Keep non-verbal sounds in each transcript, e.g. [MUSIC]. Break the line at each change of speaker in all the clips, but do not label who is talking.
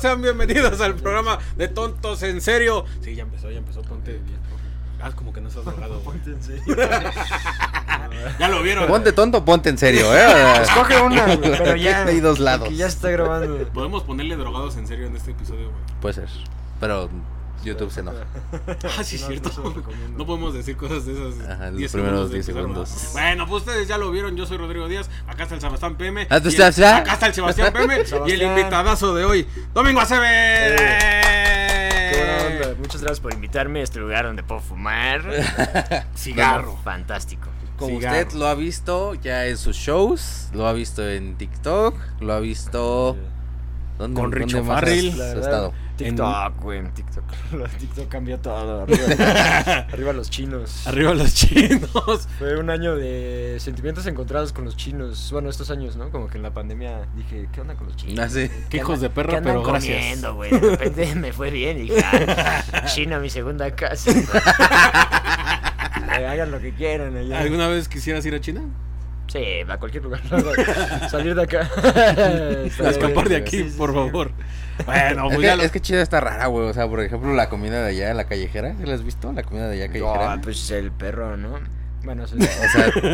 Sean bienvenidos al programa de Tontos en Serio. Sí, ya empezó, ya empezó. Ponte. ya- Haz como que
[LAUGHS]
no estás drogado, güey.
Ponte en serio.
Ya lo vieron.
Ponte tonto, ponte en serio, ¿eh?
Escoge una, [LAUGHS] güey,
[LAUGHS]
pero
Aquí
ya.
hay dos lados.
porque ya está grabando. güey.
Podemos ponerle drogados en serio en este
[LAUGHS]
episodio, güey.
Puede ser. Pero YouTube se enoja.
Ah, sí,
No,
cierto.
no se lo recomiendo.
No podemos decir cosas de esas.
Ajá, los
10
primeros
de
10
empezar, ¿verdad?
segundos.
Bueno, pues ustedes ya lo vieron. Yo soy Rodrigo Díaz. Acá está el Sebastián PM.
Ah, tú
Y el-
estás, ¿ah?
Acá está el Sebastián PM. Y el
Sebastián.
invitadazo de hoy, Domingo Aceves.
Qué buena onda. Muchas gracias por invitarme a este lugar donde puedo [LAUGHS] fumar.
Cigarro.
Fantástico.
Como
Cigarro.
usted lo ha visto ya en sus shows, lo ha visto en TikTok, lo ha visto. ¿dónde-
Con
dónde
Richo
más has-
Farrell.
has
La verdad,
Oh, estado?
TikTok, güey. TikTok. [LAUGHS] TikTok cambia
[LAUGHS]
todo. Arriba, arriba los chinos.
Arriba los chinos.
Fue un año de sentimientos encontrados con los chinos. Bueno, estos años, ¿no? Como que en la pandemia dije, ¿qué onda con los chinos?
Ah, sí.
Qué
¿Qué
hijos
andan-
de perra, pero gracias.
comiendo, güey? De repente [LAUGHS] me fue bien y
[LAUGHS]
dije, "Ah, China, mi segunda casa.
Eh, hagan lo que quieran allá. [LAUGHS]
¿Alguna vez quisieras ir a China?
Sí, a cualquier lugar. Salir de
[LAUGHS]
acá.
A escapar de
sí,
aquí,
Sí, sí,
por
sí. [LAUGHS]
favor. Bueno,
Es
pues
que,
ya lo-
es que chida está rara, güey. O sea, por ejemplo, la comida de allá, la callejera. ¿Sí ¿La has visto? La comida de allá callejera.
Ah, pues el perro, ¿no?
Bueno,
[LAUGHS]
sí.
O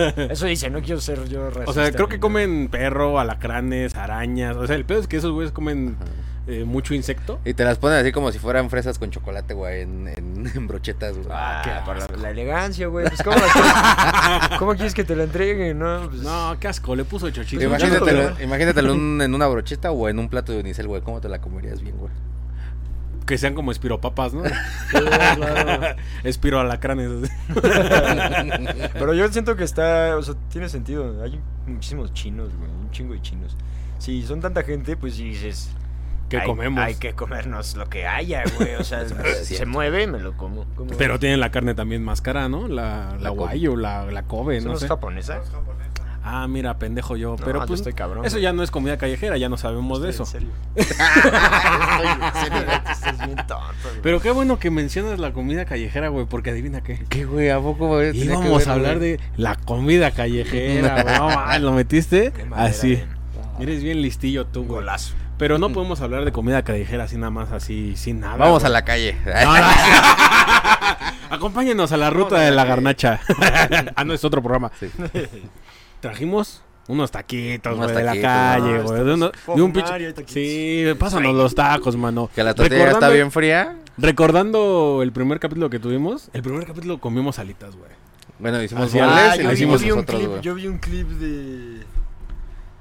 sea,
eso dice, no quiero ser yo racista.
O sea, creo que
ni
comen perro, alacranes, arañas. O sea, el pedo es que esos güeyes comen eh, mucho insecto.
y te las ponen así como si fueran fresas con chocolate, güey, en, en- [LAUGHS] en brochetas, güey.
nada.
qué
Ah, por la,
asco.
la elegancia, güey. Pues, ¿cómo, la
[LAUGHS]
quieres, ¿Cómo quieres que te la entreguen, no? Pues,
No, qué asco, le puso
Sí,
chochito.
Pues imagínate-
imagínatelo
¿verdad?
imagínatelo en, en una brocheta o en un plato de unicel, güey. ¿Cómo te la comerías bien, güey?
Que sean como espiropapas,
[LAUGHS]
¿no?
sí, claro.
Espiro alacranes.
Pero
eh.
yo siento que está, o sea, tiene sentido. Hay muchísimos chinos, güey. Un chingo de chinos. Si son tanta gente, pues sí dices,
Que
Hay-
comemos.
Hay que comernos lo que haya, güey.
[LAUGHS]
O sea, se,
cierto.
mueve y me lo como.
¿cómo ves?
Pero tienen la carne también más cara, ¿no? La, la
La co-
guayo, la, la Kobe,
¿Son
no
los
sé.
japoneses?
Ah, mira, pendejo yo.
No,
Pero
yo
pues,
estoy cabrón,
eso
güey.
ya no es comida callejera, ya no sabemos de eso.
En serio. Estás este bien tonto,
[LAUGHS]
güey.
Pero qué bueno que mencionas la comida callejera, güey, porque adivina [LAUGHS] qué.
¿Qué, güey? ¿A poco, güey? Tenía que
Íbamos
ver,
a hablar
güey.
de la comida callejera, güey. [LAUGHS] No, ah, lo metiste
Qué madera,
así.
bien.
Eres bien listillo tú,
Un
güey.
golazo.
Pero no podemos hablar de comida callejera así nada más, así, sin nada.
Vamos a
güey. Ah,
la calle.
No,
[LAUGHS]
no. Acompáñenos a la ruta de la garnacha. [LAUGHS] ah, no, es otro programa.
Sí.
[LAUGHS] Trajimos unos taquitos,
Unos
güey, de la
taquitos. este, pues,
calle,
Ah,
güey.
estos
De, uno-
puedo
de un
fumar
pinche-
y hay taquitos.
Sí, pásanos los tacos, mano.
Que la tortilla está
Recordando-
bien fría.
Recordando el primer capítulo que tuvimos, el primer capítulo comimos alitas,
[LAUGHS]
güey.
Bueno, hicimos
Así es.
boneless
Ah,
y
yo
lo
vi-
hicimos
yo vi un
nosotros,
clip-
güey.
Yo vi un clip de...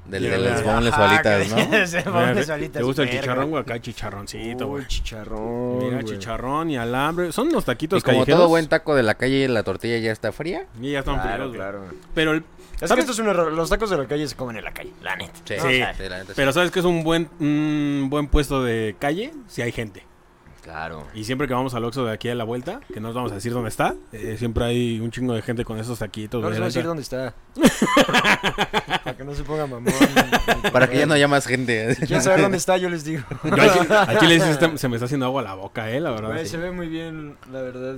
Del
yo-
de las
Ajá,
boneless bolitas,
[LAUGHS]
que-
¿no?
se
Mira,
ponen
ve,
solitas,
¿Te gusta el
verga.
chicharrón, güey? Acá chicharroncito,
Uy,
güey.
chicharrón.
Mira,
güey.
chicharrón y alambre. Son unos taquitos
Y como
callejeros.
todo buen taco de la calle, la tortilla ya está fría.
Y ya están
Claro,
fríos, güey.
claro.
Pero, el-
Es que
¿sabes?
esto es un error. Los tacos de la calle se comen en la calle.
La neta.
Sí,
No,
sí,
o sea,
la neta sí.
pero ¿sabes que es un buen, un buen puesto de calle? Si hay gente.
Claro.
Y siempre que vamos al Oxxo de aquí a la vuelta, que no nos vamos a decir dónde está, eh, siempre hay un chingo de gente con esos taquitos.
No les
güey,
voy a
la
decir
neta.
dónde
[LAUGHS]
está. Para que no se ponga mamón.
Para que ya no haya más gente. [LAUGHS]
Quieren saber dónde está, yo les digo.
Yo al chile- al chile sí este,
[LAUGHS]
se- se me está haciendo agua la boca, eh, la verdad.
Güey,
sí.
se ve muy bien, la verdad.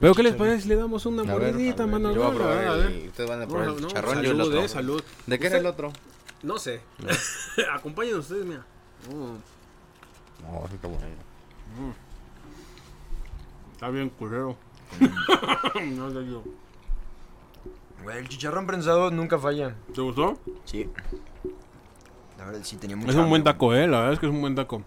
Pero ¿qué les parece si le damos una
A ver,
mordidita,
a ver,
mano?
yo voy a
No, la
probar
verdad,
el- Ustedes van a probar
No,
el
no,
chicharrón y el
salud,
otro.
eh, salud.
¿De qué era el otro?
No sé. [LAUGHS] Acompáñenos ustedes, mira.
No, sí está bueno.
Está bien culero. [LAUGHS] no sé yo.
Güey, el chicharrón prensado nunca falla.
¿Te gustó?
Sí. La verdad, sí tenía mucho
Es un buen
hambre,
taco, eh. La verdad es que es un buen taco.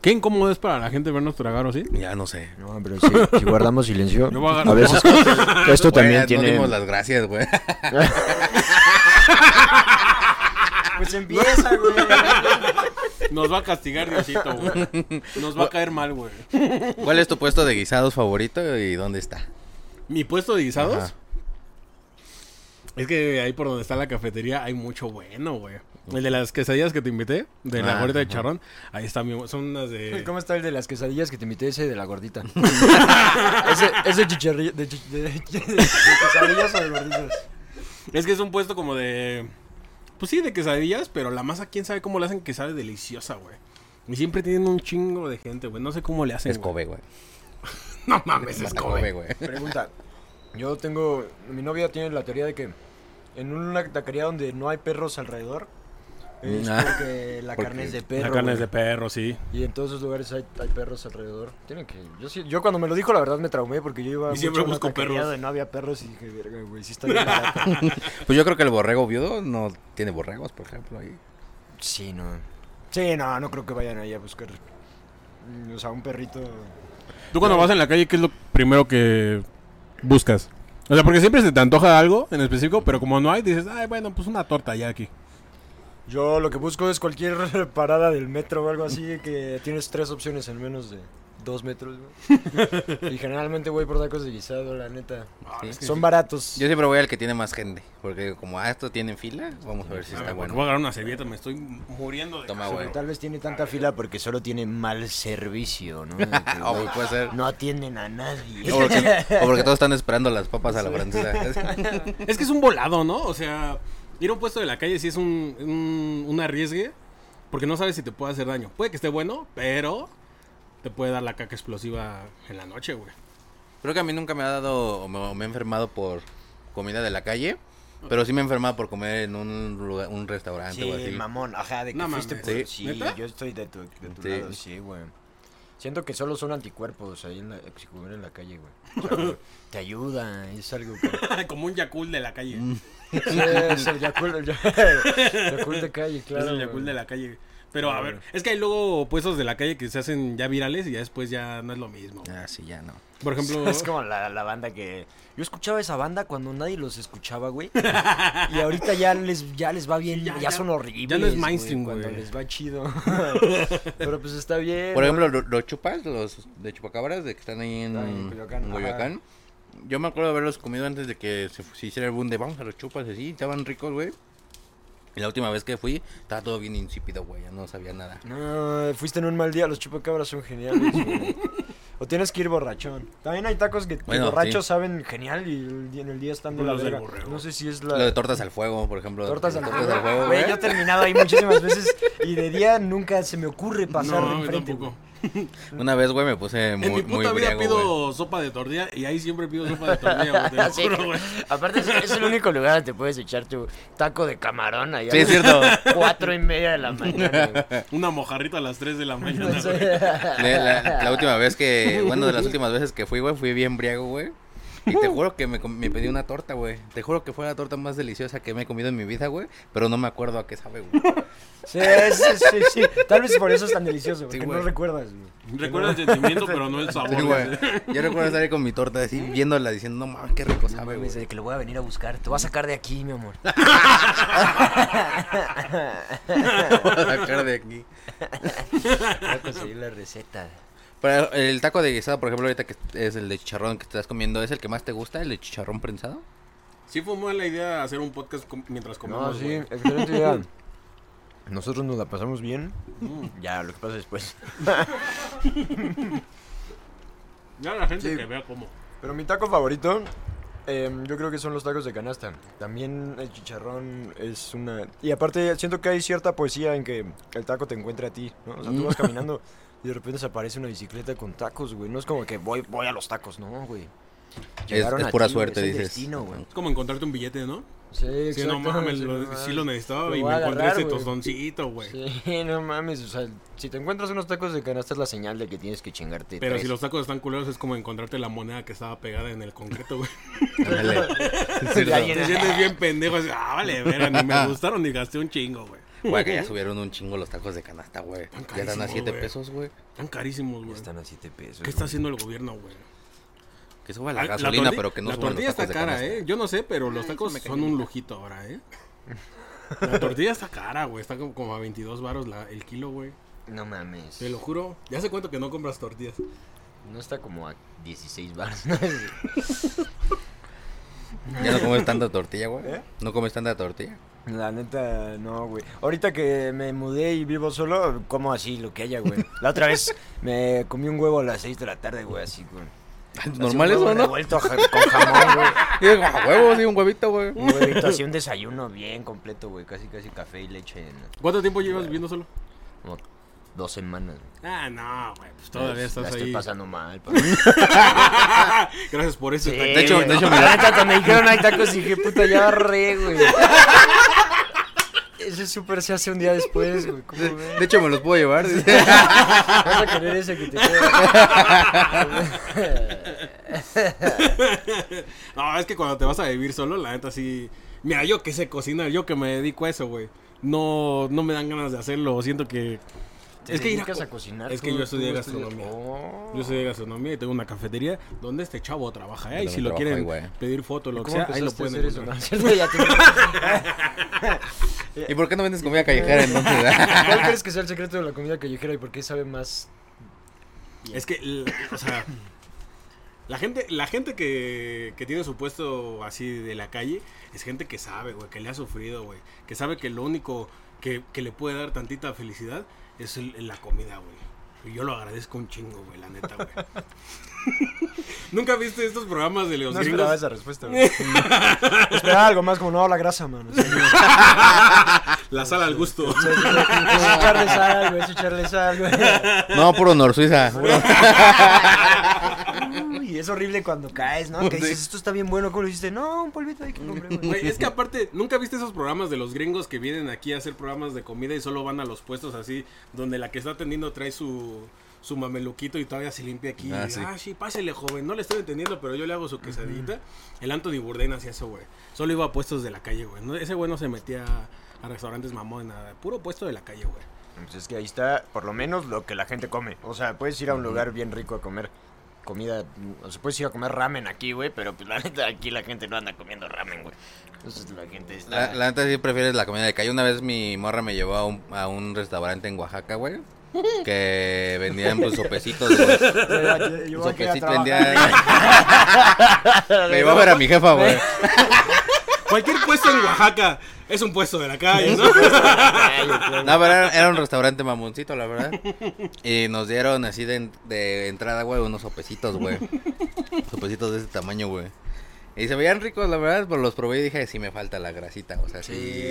Qué incómodo es para la gente vernos tragar, ¿o sí?
Ya no sé.
güey. No, pero sí, si guardamos silencio.
Yo voy a agarrar-
veces
[LAUGHS]
esto
Güey, ya No dimos las gracias, güey.
Pues empieza, güey.
Nos va a castigar Diosito, güey. Nos va a caer mal, güey.
¿Cuál es tu puesto de guisados favorito y dónde está?
Mi puesto de guisados.
Ajá.
Es que ahí por donde está la cafetería hay mucho bueno, güey. El de las quesadillas que te invité, de la
Ah,
gorita de
ajá.
charrón, ahí está mi... Son unas [LAUGHS] de...
¿Cómo está el de las quesadillas que te invité ese de la
[LAUGHS]
gordita? ese ese chicharrillo de, chi- de- de- de quesadillas o de gorditas.
Es que es un puesto como de. Pues sí, de quesadillas, pero la masa, quién sabe cómo le hacen que sabe deliciosa, güey. Y siempre tienen un chingo de gente, güey. No sé cómo le hacen.
Es Kobe,
güey.
güey.
[LAUGHS] No mames, es
Kobe,
Kobe.
güey.
Pregunta. Yo tengo mi novia tiene la teoría de que en una taquería donde no hay perros alrededor Es
Ah.
porque la
Porque
carne es de
la
perro.
la carne
güey.
es de perro, sí.
Y en todos esos lugares hay, hay perros alrededor. Tienen que. Yo, sí- yo cuando me lo dijo, la verdad me traumé porque yo iba.
Y siempre
mucho a una
busco
taquería
perros.
donde no había perros y dije, verga, güey, sí está bien. barato".
Pues yo creo que el borrego viudo no tiene borregos, por ejemplo, ahí.
sí, no. Sí, no, no creo que vayan ahí a buscar. mm, O sea, un perrito.
Tú cuando vas en la calle, ¿qué es lo primero que buscas? O sea, porque siempre se te antoja algo en específico, pero como no hay, dices, ay, bueno, pues una torta ya aquí.
Ah,
Yo lo que busco es cualquier [LAUGHS] parada del metro o algo así que tienes tres opciones en menos de dos metros, güey. y generalmente voy por tacos de guisado, la neta.
Sí.
Son baratos.
Yo siempre voy al que tiene más gente. Porque como, ah, esto tiene fila, vamos a ver si
A
está
ver,
bueno.
Voy a agarrar una servilleta, me estoy muriendo de
[LAUGHS] Toma,
calor.
güey. Ah,
Tal vez tiene tanta fila porque solo tiene mal servicio,
[LAUGHS]
¿no?
O porque puede ser.
No atienden a nadie. [LAUGHS]
O porque, o porque todos están esperando las papas a la
[LAUGHS]
francesa. [LAUGHS]
Es que es un volado, ¿no? O sea, ir a un puesto de la calle sí es un, un, un arriesgue, porque no sabes si te puede hacer daño. Puede que esté bueno, pero te puede dar la caca explosiva en la noche, güey.
Creo que a mí nunca me ha dado, o me, o me he enfermado por comida de la calle. Pero sí me he enfermado por comer en un, lugar- un restaurante o
Sí,
así.
mamón, ajá, de que
No
fuiste
mames.
por...
Sí.
Sí,
¿Neta?
yo estoy de tu, de tu
Sí.
lado, sí, güey. Siento que solo son anticuerpos ahí en la, si comer en la calle, güey. O sea,
[LAUGHS]
güey, te ayuda, es algo que...
[LAUGHS] Como un Yakul de la calle.
Mm,
[LAUGHS]
Sí, es el Yakult, el ya- Yakult de calle, claro.
es el
güey.
Yakul de la calle. Pero a ver, es que hay luego puestos de la calle que se hacen ya virales y ya después ya no es lo mismo. güey.
Ah, sí, ya no.
Por
[LAUGHS]
ejemplo,
Es como la, la banda que... Yo escuchaba esa banda cuando nadie los escuchaba,
[LAUGHS]
güey. Y ahorita ya les, ya les va bien,
Sí, ya,
ya,
ya.
son horribles.
Ya no es mainstream,
Cuando
güey.
les va
[LAUGHS]
chido. Pero pues está bien.
Por
¿no?
ejemplo, lo- los chupas, los de chupacabras, de que están ahí en,
Ahí en Coyoacán,
en
ajá.
Coyoacán. Yo me acuerdo de haberlos comido antes de que se, se hiciera el boom de vamos a los chupas, así, estaban ricos, güey. Y la última vez que fui, estaba todo bien insípido, güey, ya no sabía nada.
No, fuiste en un mal día, los chupacabras son geniales, güey. O tienes que ir borrachón. También hay tacos que que
Bueno,
borrachos
sí.
saben genial y el día- en el día están de la
Los del
verga.
borrego.
No sé si es
Lo de
la...
tortas al fuego, por ejemplo.
Tortas al
Tortas al fuego,
fuego.
güey.
Güey, yo he terminado ahí muchísimas veces y de día nunca se me ocurre pasar
no,
de
a mí
enfrente.
tampoco.
güey.
Una vez, güey, me puse muy,
en mi
muy
puta vida
briago, güey.
pido sopa de tortilla y ahí siempre pido sopa de tortilla, güey,
[LAUGHS]
te lo
Sí.
juro, güey.
Aparte, es, es el único lugar donde te puedes echar tu taco de camarón allá.
Sí, es cierto.
[LAUGHS]
[LAUGHS]
Cuatro y media de la mañana. güey.
Una mojarrita a las 3 de
[LAUGHS]
la mañana.
No
güey.
sé.
La, la- la última vez que, bueno, de las últimas veces que fui, güey, fui bien briago, güey. Y te juro que me, com- me pedí una torta, güey. Te juro que fue la torta más deliciosa que me he comido en mi vida, güey. Pero no me acuerdo a qué sabe, güey.
Sí, sí, sí, sí. Tal vez por eso es tan delicioso, porque
güey.
no recuerdas, güey.
Recuerda el sentimiento, pero no el
Sí,
sabor.
güey.
güey.
Yo recuerdo estar ahí con mi torta así, viéndola, diciendo, no mames, qué rico
No
sabe,
mames,
[LAUGHS] güey.
de que lo voy a venir a buscar. Te voy a sacar de aquí, mi
[LAUGHS]
amor.
Sacar de aquí.
Voy a conseguir la receta.
Pero el taco de guisado, por ejemplo, ahorita que es el de chicharrón que estás comiendo, ¿es el que más te gusta, el de chicharrón prensado?
Sí fue mala idea hacer un podcast com- mientras comemos,
No, sí,
güey.
excelente
[LAUGHS]
idea. Nosotros nos la pasamos bien.
Mm.
Ya, lo que pasa después.
Ya la gente
Sí.
que vea cómo.
Pero mi taco favorito, em, yo creo que son los tacos de canasta. También el chicharrón es una... Y aparte siento que hay cierta poesía en que el taco te encuentra a ti, ¿no? O sea, tú vas
Mm. [LAUGHS]
caminando y de repente se aparece una bicicleta con tacos, güey. No es como que voy, voy a los tacos, no, güey. Llegaron
es
a
pura
ti, güey,
suerte,
es el
dices.
destino, güey.
Es como encontrarte un billete, ¿no?
Sí,
Sí, no mames,
sí,
lo-
no
sí lo
mames.
necesitaba
Lo
y
voy
me
a
encontré
agarrar,
ese
güey.
tostoncito, güey.
Sí, [LAUGHS] no mames, o sea, si te encuentras unos tacos de canasta es la señal de que tienes que chingarte
Pero
tres.
si los tacos están culeros es como encontrarte la moneda que estaba pegada en el
[LAUGHS]
concreto, güey.
Ándale. Es cierto.
Ya llegué.
Te sientes bien pendejo, así, ah, vale, verga, ni
[LAUGHS]
me gustaron ni gasté un chingo, güey.
Güey, que ya subieron un chingo los tacos de canasta, güey. Ya están a
carísimos,
7
güey.
pesos, güey.
Están carísimos, güey.
Están a siete pesos.
¿Qué está
güey.
haciendo el gobierno, güey?
Que suba la,
Ah,
gasolina,
torti-
pero que no
La
suban los
tortilla
tacos
está
de
cara,
canasta.
¿eh? Yo no sé, pero los tacos son un lujito ahora, ¿eh? La tortilla está cara, güey. Está como, como a 22 varos la- el kilo, güey.
No mames.
Te lo juro. Ya hace cuánto que no compras tortillas.
No está como a 16 bars.
[LAUGHS]
Ya
[LAUGHS]
no comes tanta tortilla, güey.
¿Eh?
No comes tanta tortilla.
La neta, no, güey. Ahorita que me mudé y vivo solo, como así lo que haya, güey. La otra vez me comí un huevo a las 6 de la tarde, güey, así, güey.
Ah,
Normal
Así un
eso,
huevo
¿no?
revuelto ja- con jamón, güey.
Y [LAUGHS] digo, "A huevo, sí, un huevito, güey.
Un huevito así, un desayuno bien completo, güey. Casi, casi café y leche en
¿Cuánto tiempo llevas viviendo solo?
como dos semanas. güey.
Ah, no, güey. Pues todavía
La-
estás
la
ahí.
estoy pasando mal, pero...
[LAUGHS] Gracias por eso.
Sí,
Tania.
De hecho-
güey.
de hecho,
La neta, cuando me dijeron hay tacos, dije, puta, ya re, güey.
Ese súper se hace un día después, güey. [LAUGHS] ¿Cómo ves?
De hecho, me los puedo llevar. dice.
Vas a querer ese que te queda.
[LAUGHS] No, es que cuando te vas a vivir solo, la neta sí. Mira, yo que sé cocinar, yo que me dedico a eso, güey. No, no me dan ganas de hacerlo. Siento que.
¿Te
ir a
dedicas
co-
a cocinar?
Es que
tú?
yo estudié
¿Tú estudias?
gastronomía.
Oh.
Yo soy de gastronomía y tengo una cafetería donde este chavo trabaja, ¿eh? Y
Yo
si
también
lo
trabajo
quieren
ahí, güey.
pedir foto, lo que
¿Cómo
sea, ahí lo
empezaste a hacer
pueden
eso? No,
encontrar.
es cierto, [LAUGHS] ya te-
¿Y por qué no vendes comida callejera entonces? [LAUGHS]
¿Cuál crees que sea el secreto de la comida callejera y por qué sabe más?
Es que, l- o sea, la gente, la gente que, que tiene su puesto así de la calle es gente que sabe, güey, que le ha sufrido, güey. Que sabe que lo único que, que le puede dar tantita felicidad es el- la comida, güey. Y yo lo agradezco un chingo, güey, la neta, güey. [LAUGHS] ¿Nunca viste estos programas de los
No
gringos?
esperaba esa respuesta.
[LAUGHS]
güey. Esperaba algo más como, no, la grasa, mano. Sí,
La sal al gusto.
sí, sí, sí, Es echarle sal, güey, es echarle sal, güey.
No, puro Nor Suiza.
[LAUGHS] Uy, es horrible cuando caes, ¿no? Que dices, esto está bien bueno, ¿cómo lo hiciste? No, un polvito ahí que compré,
[LAUGHS]
güey.
Güey, es que aparte, ¿nunca viste esos programas de los gringos que vienen aquí a hacer programas de comida y solo van a los puestos así, donde la que está atendiendo trae su, su mameluquito y todavía se limpia aquí?
Ah,
Y,
sí.
Ah, sí, pásele, joven, no le estoy entendiendo, pero yo le hago su quesadita. El Anthony Bourdain hacía eso, güey. Solo iba a puestos de la calle, güey. No, ese güey no se metía a restaurantes mamón, nada. Puro puesto de la calle, güey.
Pues es que ahí está, por lo menos, lo que la gente come. O sea, puedes ir a un lugar bien rico a comer comida. O sea, puedes ir a comer ramen aquí, güey, pero pues la neta, aquí la gente no anda comiendo ramen, güey. Entonces la gente está. [LAUGHS]
La, la neta sí prefieres la comida de calle. Una vez mi morra me llevó a un, a un restaurante en Oaxaca, güey. Que vendían pues sopecitos. güey. Sopecito vendían. [LAUGHS] Me llevó a ver a mi jefa, güey.
Cualquier puesto en Oaxaca es un puesto de la calle, ¿no?
No, pero era, era un restaurante mamoncito, la verdad. Y nos dieron así de, en- de entrada, güey, unos sopecitos, güey. Sopecitos de ese tamaño, güey. Y se veían ricos, la verdad, pero los probé y dije, sí me falta la grasita, o sea, sí,
Sí.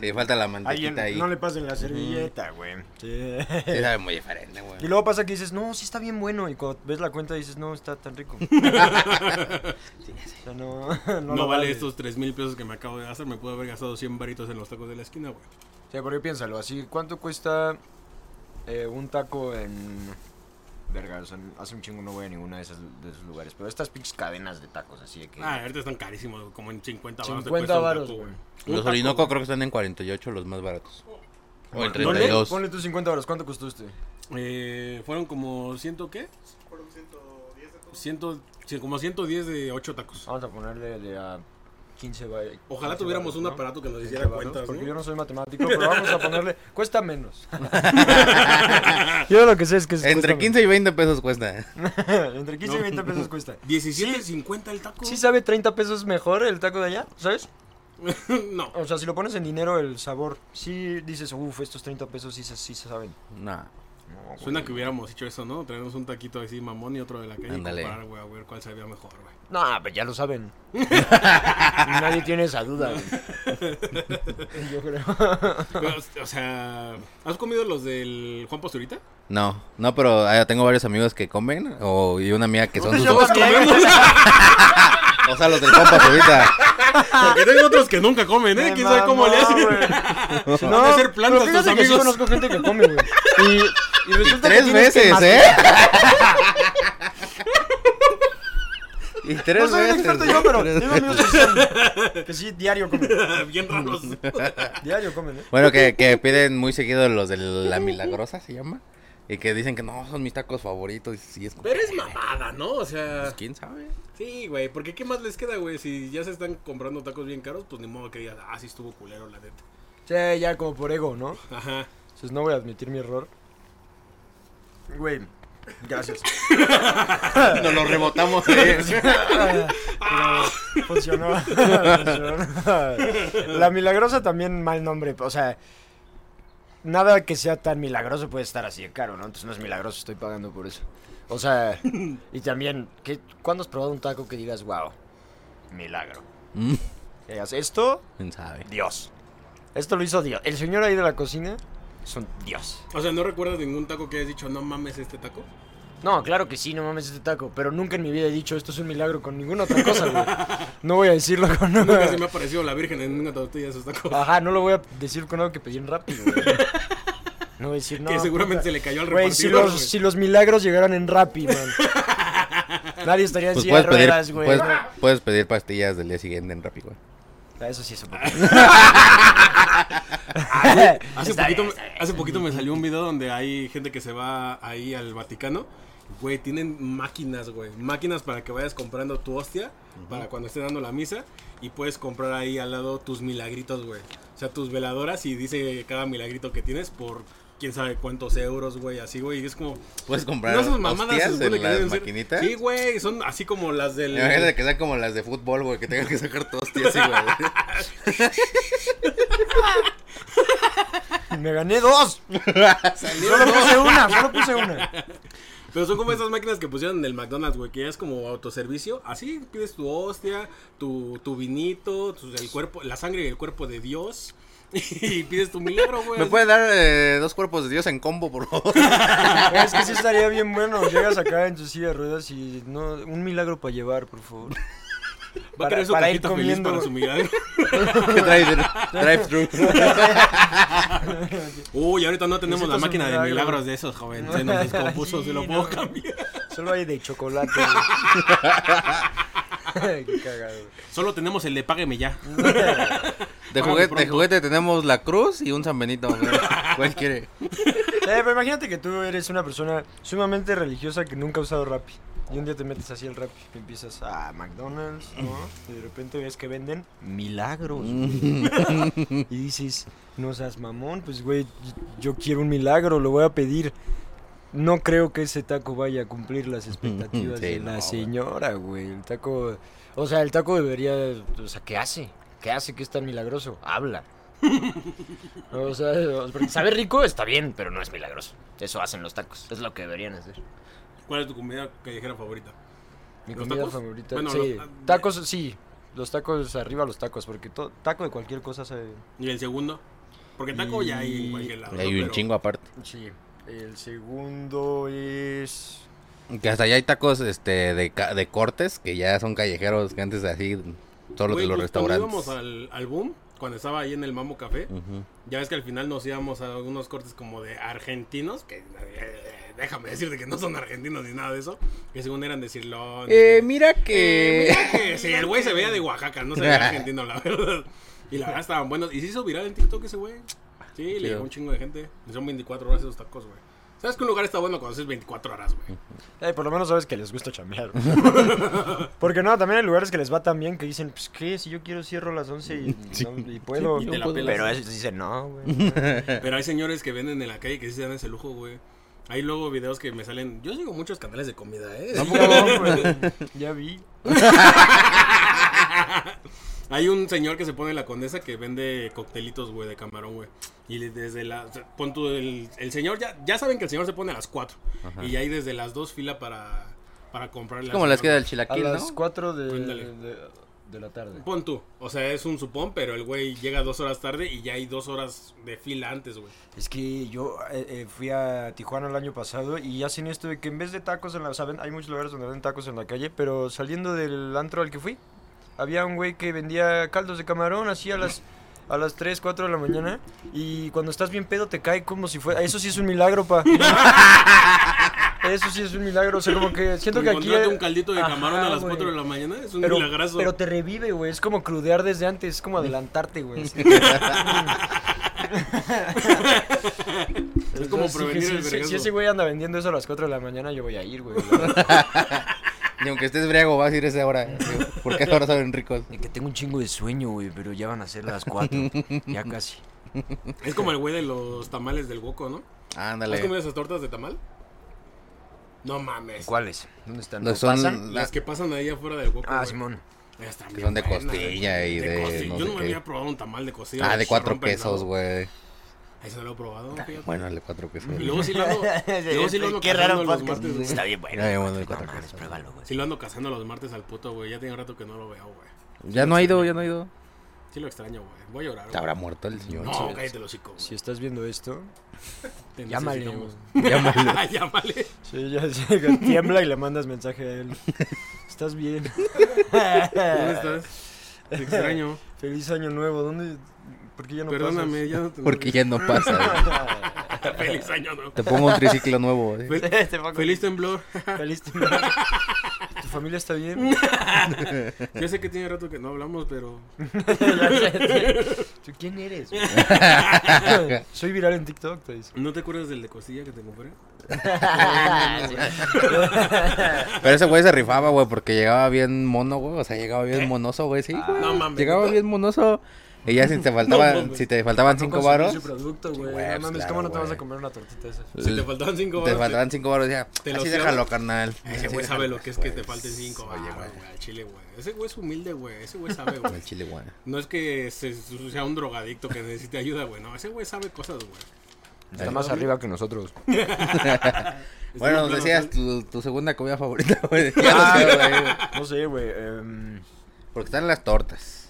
sí, falta la mantequita ahí.
no le pasen la servilleta, güey. Sí.
Sí sabe muy diferente, güey.
Y luego pasa que dices, no, sí está bien bueno. Y cuando ves la cuenta dices, no, está tan rico. O sea, no, [LAUGHS] no,
No,
lo
vale estos 3 mil pesos que me acabo de gastar. Me puedo haber gastado 100 baritos en los tacos de la esquina, güey.
O sea, porque piénsalo, así, ¿cuánto cuesta eh, un taco en... Verga, o sea, hace un chingo no voy a ninguno de esos, de esos lugares, pero estas pinches cadenas de tacos, así de que...
Ah, ahorita están carísimos, güey, como en 50 baros.
50 varos, güey.
Los Orinoco creo que están en 48 los más baratos. O en
¿Dónde?
Ponle-
32.
Ponle tus 50 euros, ¿cuánto costó este?
Eh, fueron como, ¿ciento qué? Fueron 110 de Como 110 de 8 tacos.
Vamos a ponerle de a 15 va- 15
Ojalá tuviéramos
varos,
un
¿no?
aparato que nos
15
hiciera
varos,
cuentas,
Porque
¿no?
yo no
[LAUGHS]
soy matemático, pero vamos a ponerle... Cuesta
[LAUGHS]
menos. yo lo que sé es que...
Entre 15 y 20 pesos cuesta.
[LAUGHS] Entre 15 y 20 pesos
[LAUGHS]
cuesta.
17.50 el taco.
¿Sí sabe 30 pesos mejor el taco de allá? ¿Sabes?
[LAUGHS] no.
O sea, si lo pones en dinero, el sabor, sí dices, uff, estos 30 pesos sí se, sí se saben.
No.
Suena que hubiéramos hecho eso, ¿no? Traernos un taquito así mamón y otro de la calle
Ándale.
y comparar, güey, a ver cuál sabía mejor, güey.
No, pues ya lo
[LAUGHS]
saben. Nadie tiene esa duda. güey. Yo creo.
Pero, O sea, ¿has comido los del Juan Posturita?
No, no, pero ah, tengo varios amigos que comen o, y una amiga que son sus...
Todos [LAUGHS] comemos.
O sea, los del compas ahorita.
Porque tengo otros que nunca comen, ¿eh?
Me
¿Quién sabe cómo le
mamó,
hacen?
güey.
[LAUGHS] Van a
pero
hacer plantas
fíjate
tus
que sí
amigos.
conozco gente que come,
[LAUGHS]
güey. Y, y
Y
resulta que
tres
tienes que
veces,
mascar-
¿eh? Y tres
No soy un
veces.
experto yo,
[LAUGHS]
pero
Tres
tengo
veces.
amigos que sí, que sí, diario comen.
[LAUGHS] Bien raros.
Diario comen, ¿eh?
Bueno, que, que piden muy seguido los de la milagrosa, se llama. Y que dicen que no, son mis tacos favoritos. Y sí, es como,
Pero es mamada, ¿no? O sea...
pues, ¿Quién sabe?
Sí, güey, porque ¿qué más les queda, güey? Si ya se están comprando tacos bien caros, pues ni modo que digas, ah, sí estuvo culero, la neta.
Sí, ya como por ego, ¿no?
Ajá.
Entonces no voy a admitir mi error. Güey, gracias.
Nos lo rebotamos. [LAUGHS] ¿eh?
Pero funcionó. [LAUGHS] funcionó. La milagrosa también mal nombre, o sea, nada que sea tan milagroso puede estar así de caro, ¿no? Entonces no es milagroso, estoy pagando por eso. O sea, y también, ¿qué, ¿cuándo has probado un taco que digas, wow, milagro?
Mm,
Que digas, esto,
¿Quién sabe?
Dios. Esto lo hizo Dios. El señor ahí de la cocina es un Dios. [LAUGHS]
O sea, ¿no recuerdas ningún taco que hayas dicho, no mames este taco?
No, claro que sí, no mames este taco. Pero nunca en mi vida he dicho esto es un milagro con ninguna otra cosa,
[LAUGHS]
güey. No voy a decirlo con
Nunca se me ha parecido la virgen en una tortilla de esos tacos.
Ajá, no lo voy a decir con algo que pedí en rápido, güey. No voy a
[LAUGHS]
decir nada.
que seguramente se le cayó al
Güey, si
repartidor.
los,
güey.
si los milagros llegaran en Rappi,
[LAUGHS]
man. Nadie estaría en
Pues
silla de
puedes pedir,
ruedas, güey.
puedes, puedes pedir pastillas del día siguiente en Rappi, güey.
Ah, Eso sí es un poco. [LAUGHS]
Hace
Está
poquito,
bien,
me-
está bien.
hace poquito me salió un video donde hay gente que se va ahí al Vaticano. Güey, tienen máquinas, güey. Máquinas para que vayas comprando tu hostia para cuando esté dando la misa. Y puedes comprar ahí al lado tus milagritos, güey. O sea, tus veladoras y dice cada milagrito que tienes por quién sabe cuántos euros, güey. Así, güey. Y es como...
Puedes comprar
No, esas mamadas se
hostias
supone
en
que
las
deben ser-
maquinitas.
Sí, güey. Son así como las del...
Imagínate que sean como las de fútbol, güey, que tengan que sacar tu hostia así, güey.
Me gané dos. Solo puse una, solo puse una.
Pero son como esas máquinas que pusieron en el McDonald's, güey, que ya es como autoservicio. Así pides tu hostia, tu, tu vinito, tu- el cuerpo, la sangre y el cuerpo de Dios. [LAUGHS] Y pides tu milagro, güey.
¿Me puede dar eh, dos cuerpos de Dios en combo, por favor?
Es que sí estaría bien bueno. Llegas acá en tu silla de ruedas y no, un milagro para llevar, por favor.
Va a
para-
querer su
para ir
cajita feliz
comiendo,
para su milagro.
[LAUGHS]
[LAUGHS]
que drive, [LAUGHS] drive
Uy, ahorita no tenemos
Necesito
la
su
máquina de
milagro.
milagros de esos, joven. Se nos descompuso,
Sí,
se lo
no.
puedo cambiar.
Solo hay de chocolate. güey.
[LAUGHS]
Ay, Qué cagado.
Solo tenemos el de págueme ya.
De,
Págame
juguete, de
pronto.
juguete tenemos la cruz y un San Benito. güey. ¿Cuál quiere?
[LAUGHS] Eh, pero imagínate que tú eres una persona sumamente religiosa que nunca ha usado Rappi. Y un día te metes así al Rappi y empiezas a McDonald's, ¿no? Y de repente ves que venden milagros.
Mm.
güey. y dices, no seas mamón, pues güey, yo quiero un milagro, lo voy a pedir. No creo que ese taco vaya a cumplir las expectativas
[LAUGHS] Sí,
de
no,
la
güey.
señora, güey. El taco, o sea, el taco debería, o sea, ¿qué hace? ¿Qué hace que es tan milagroso? Habla. O sea,
Porque saber rico está bien, pero no es milagroso. Eso hacen los tacos. Es lo que deberían hacer.
¿Cuál es tu comida callejera favorita?
Mi
¿Los
comida
tacos?
favorita.
Bueno,
sí.
los- ah,
Tacos, sí. Los tacos arriba, los tacos, porque to- taco de cualquier cosa se.
¿Y el segundo? Porque taco ya hay en cualquier lado.
Hay
¿no?
un
Pero-
chingo aparte.
Sí. El segundo es.
Que hasta allá hay tacos este, de, ca- de cortes que ya son callejeros, que antes así, solo
Güey,
de los
pues, cuando
restaurantes.
íbamos al, al boom, cuando estaba ahí en el Mamo Café,
Ujú.
ya ves que al final nos íbamos a algunos cortes como de argentinos, que eh, déjame decirte que no son argentinos ni nada de eso, que según eran de Cirlón.
Eh, mira
Eh,
que...
mira que sí, el güey se veía de Oaxaca, no se veía argentino, la verdad. Y la verdad estaban buenos. Y se hizo viral en TikTok ese güey. Sí, le
Chido.
llegó un chingo de gente. Y Son 24 horas esos tacos, güey. ¿Sabes que un lugar está bueno cuando haces 24 horas, güey?
Eh, por lo menos sabes que les gusta chambear.
[LAUGHS]
porque no, también hay lugares que les va tan bien que dicen, pues qué, si yo quiero cierro a las 11
[LAUGHS]
y, no- y puedo.
Y te la
Pero
pelas.
ellos dicen, no,
[LAUGHS]
güey.
Pero hay señores que venden en la calle que sí se dan ese lujo, güey. Hay luego videos que me salen. Yo sigo muchos canales de comida, ¿eh?
No, güey,
[LAUGHS]
Ya vi.
[LAUGHS] Hay un señor que se pone en la condesa que vende coctelitos, güey, de camarón, güey. Y le- desde la. o sea, Pon tú el, el señor, ya, ya saben que el señor se pone a las 4. Y ahí desde las 2 fila para, para comprarle.
Es
al
como las
señor,
queda del
A
chilaquil,
las
¿no?
4 de,
Ándale.
de- de la tarde.
güey. Pon tú. O sea, es un supón, pero el güey llega dos horas tarde y ya hay dos horas de fila antes, güey.
Es que yo eh, eh, fui a Tijuana el año pasado y hacen esto de que en vez de tacos en la... ¿saben? Hay muchos lugares donde venden tacos en la calle, pero saliendo del antro al que fui, había un güey que vendía caldos de camarón así a las... A las 3, 4 de la mañana. Y cuando estás bien pedo te cae como si fuera... Eso sí es un milagro,
[LAUGHS]
pa. Eso sí es un milagro. O sea, como que siento que aquí...
Encontrarte un caldito de
Ajá,
camarón a las
güey.
4 de la mañana es un
Pero,
milagrazo.
pero te revive, güey. Es como crudear desde antes. Es como adelantarte, güey. así.
es como
Entonces, sí,
prevenir
sí,
el
sí,
vergazo.
Si ese güey anda vendiendo eso a las 4 de la mañana, yo voy a ir, güey.
Y aunque estés briago, vas a ir a esa hora. digo, Porque ahora saben ricos.
que tengo un chingo de sueño, güey, pero ya van a ser las 4. ya casi.
Es como el güey de los tamales del hueco, ¿no? ¿Has comido
Ándale.
esas tortas de tamal? No mames.
¿Cuáles? ¿Dónde están?
No,
¿No pasan?
son la-
Las que pasan ahí afuera del hueco.
Ah,
güey.
Simón.
Ellas están
Que
bien
son de
buenas,
costilla
güey.
y de
costilla. Yo
no sé
no me
qué.
había probado un tamal de costilla.
Ah, de cuatro
chicharrón pensado.
quesos, güey.
Ahí se lo he probado. fíjate.
Bueno, el de cuatro quesos.
Y luego sí lo
[LAUGHS]
ando, luego sí lo ando
Qué
cazando
raro
los
podcast.
martes,
este.
güey.
Está bien bueno.
Ya, ya, bueno, el cuatro
No mames,
[LAUGHS]
quesos.
pruébalo, güey.
Sí lo ando cazando los martes al puto, güey. Ya tiene rato que no lo veo, güey.
Ya no ha ido, ya no ha ido.
Sí lo extraño, güey. Voy a llorar. güey.
¿Habrá muerto el señor?
No, cállate el hocico, güey.
Si estás viendo esto,
Te
llámale,
necesitamos. [LAUGHS]
Llámalo.
Llámale.
sí, ya [LAUGHS] llega, tiembla y le mandas mensaje a él. ¿Estás bien?
¿Dónde estás? Te extraño.
[LAUGHS]
Feliz año nuevo. ¿Dónde? ¿Por qué ya no
Perdóname, ya no te. [LAUGHS]
[LAUGHS] Porque ya no pasa. güey.
Feliz año, no.
Te pongo un triciclo nuevo. güey.
Fel-
pasas? [LAUGHS] Te pongo-
Feliz temblor. [LAUGHS]
Feliz temblor. ¿Tu familia está bien?
Yo sé que tiene rato que no hablamos, pero.
¿Tú quién eres? güey? Soy viral en TikTok, te dice.
¿No te acuerdas del de costilla que te compré?
Pero ese güey se rifaba, güey, porque llegaba bien mono, güey. O sea, llegaba bien monoso, güey, sí. güey.
Ah, no mames.
Llegaba bien monoso. Y
[LAUGHS]
ya si te faltaban,
mames.
si te faltaban
No
cinco
consumí
varos,
su producto, güey.
güey,
No
pues
mames,
claro,
¿cómo no te
güey.
vas a comer una tortita esa?
Si te faltaban cinco
te
baros,
faltaban cinco varos, ya.
te lo
Así
hacía-
déjalo, carnal.
Ese
Así
güey sabe
déjalo,
lo que es que te
güey.
falten cinco
Oye,
baros,
güey.
güey, al chile, güey. Ese güey es humilde, güey. Ese güey sabe, güey.
El chile, güey.
No es que se- sea un drogadicto que necesite ayuda, güey. No, ese güey sabe cosas, güey.
Está más arriba que nosotros.
Está
Bueno,
en
nos
plano
decías
tal.
tu, tu segunda comida favorita, [LAUGHS] güey. Ya
Ah,
lo sé, güey.
No sé, güey. em,
Porque están las tortas.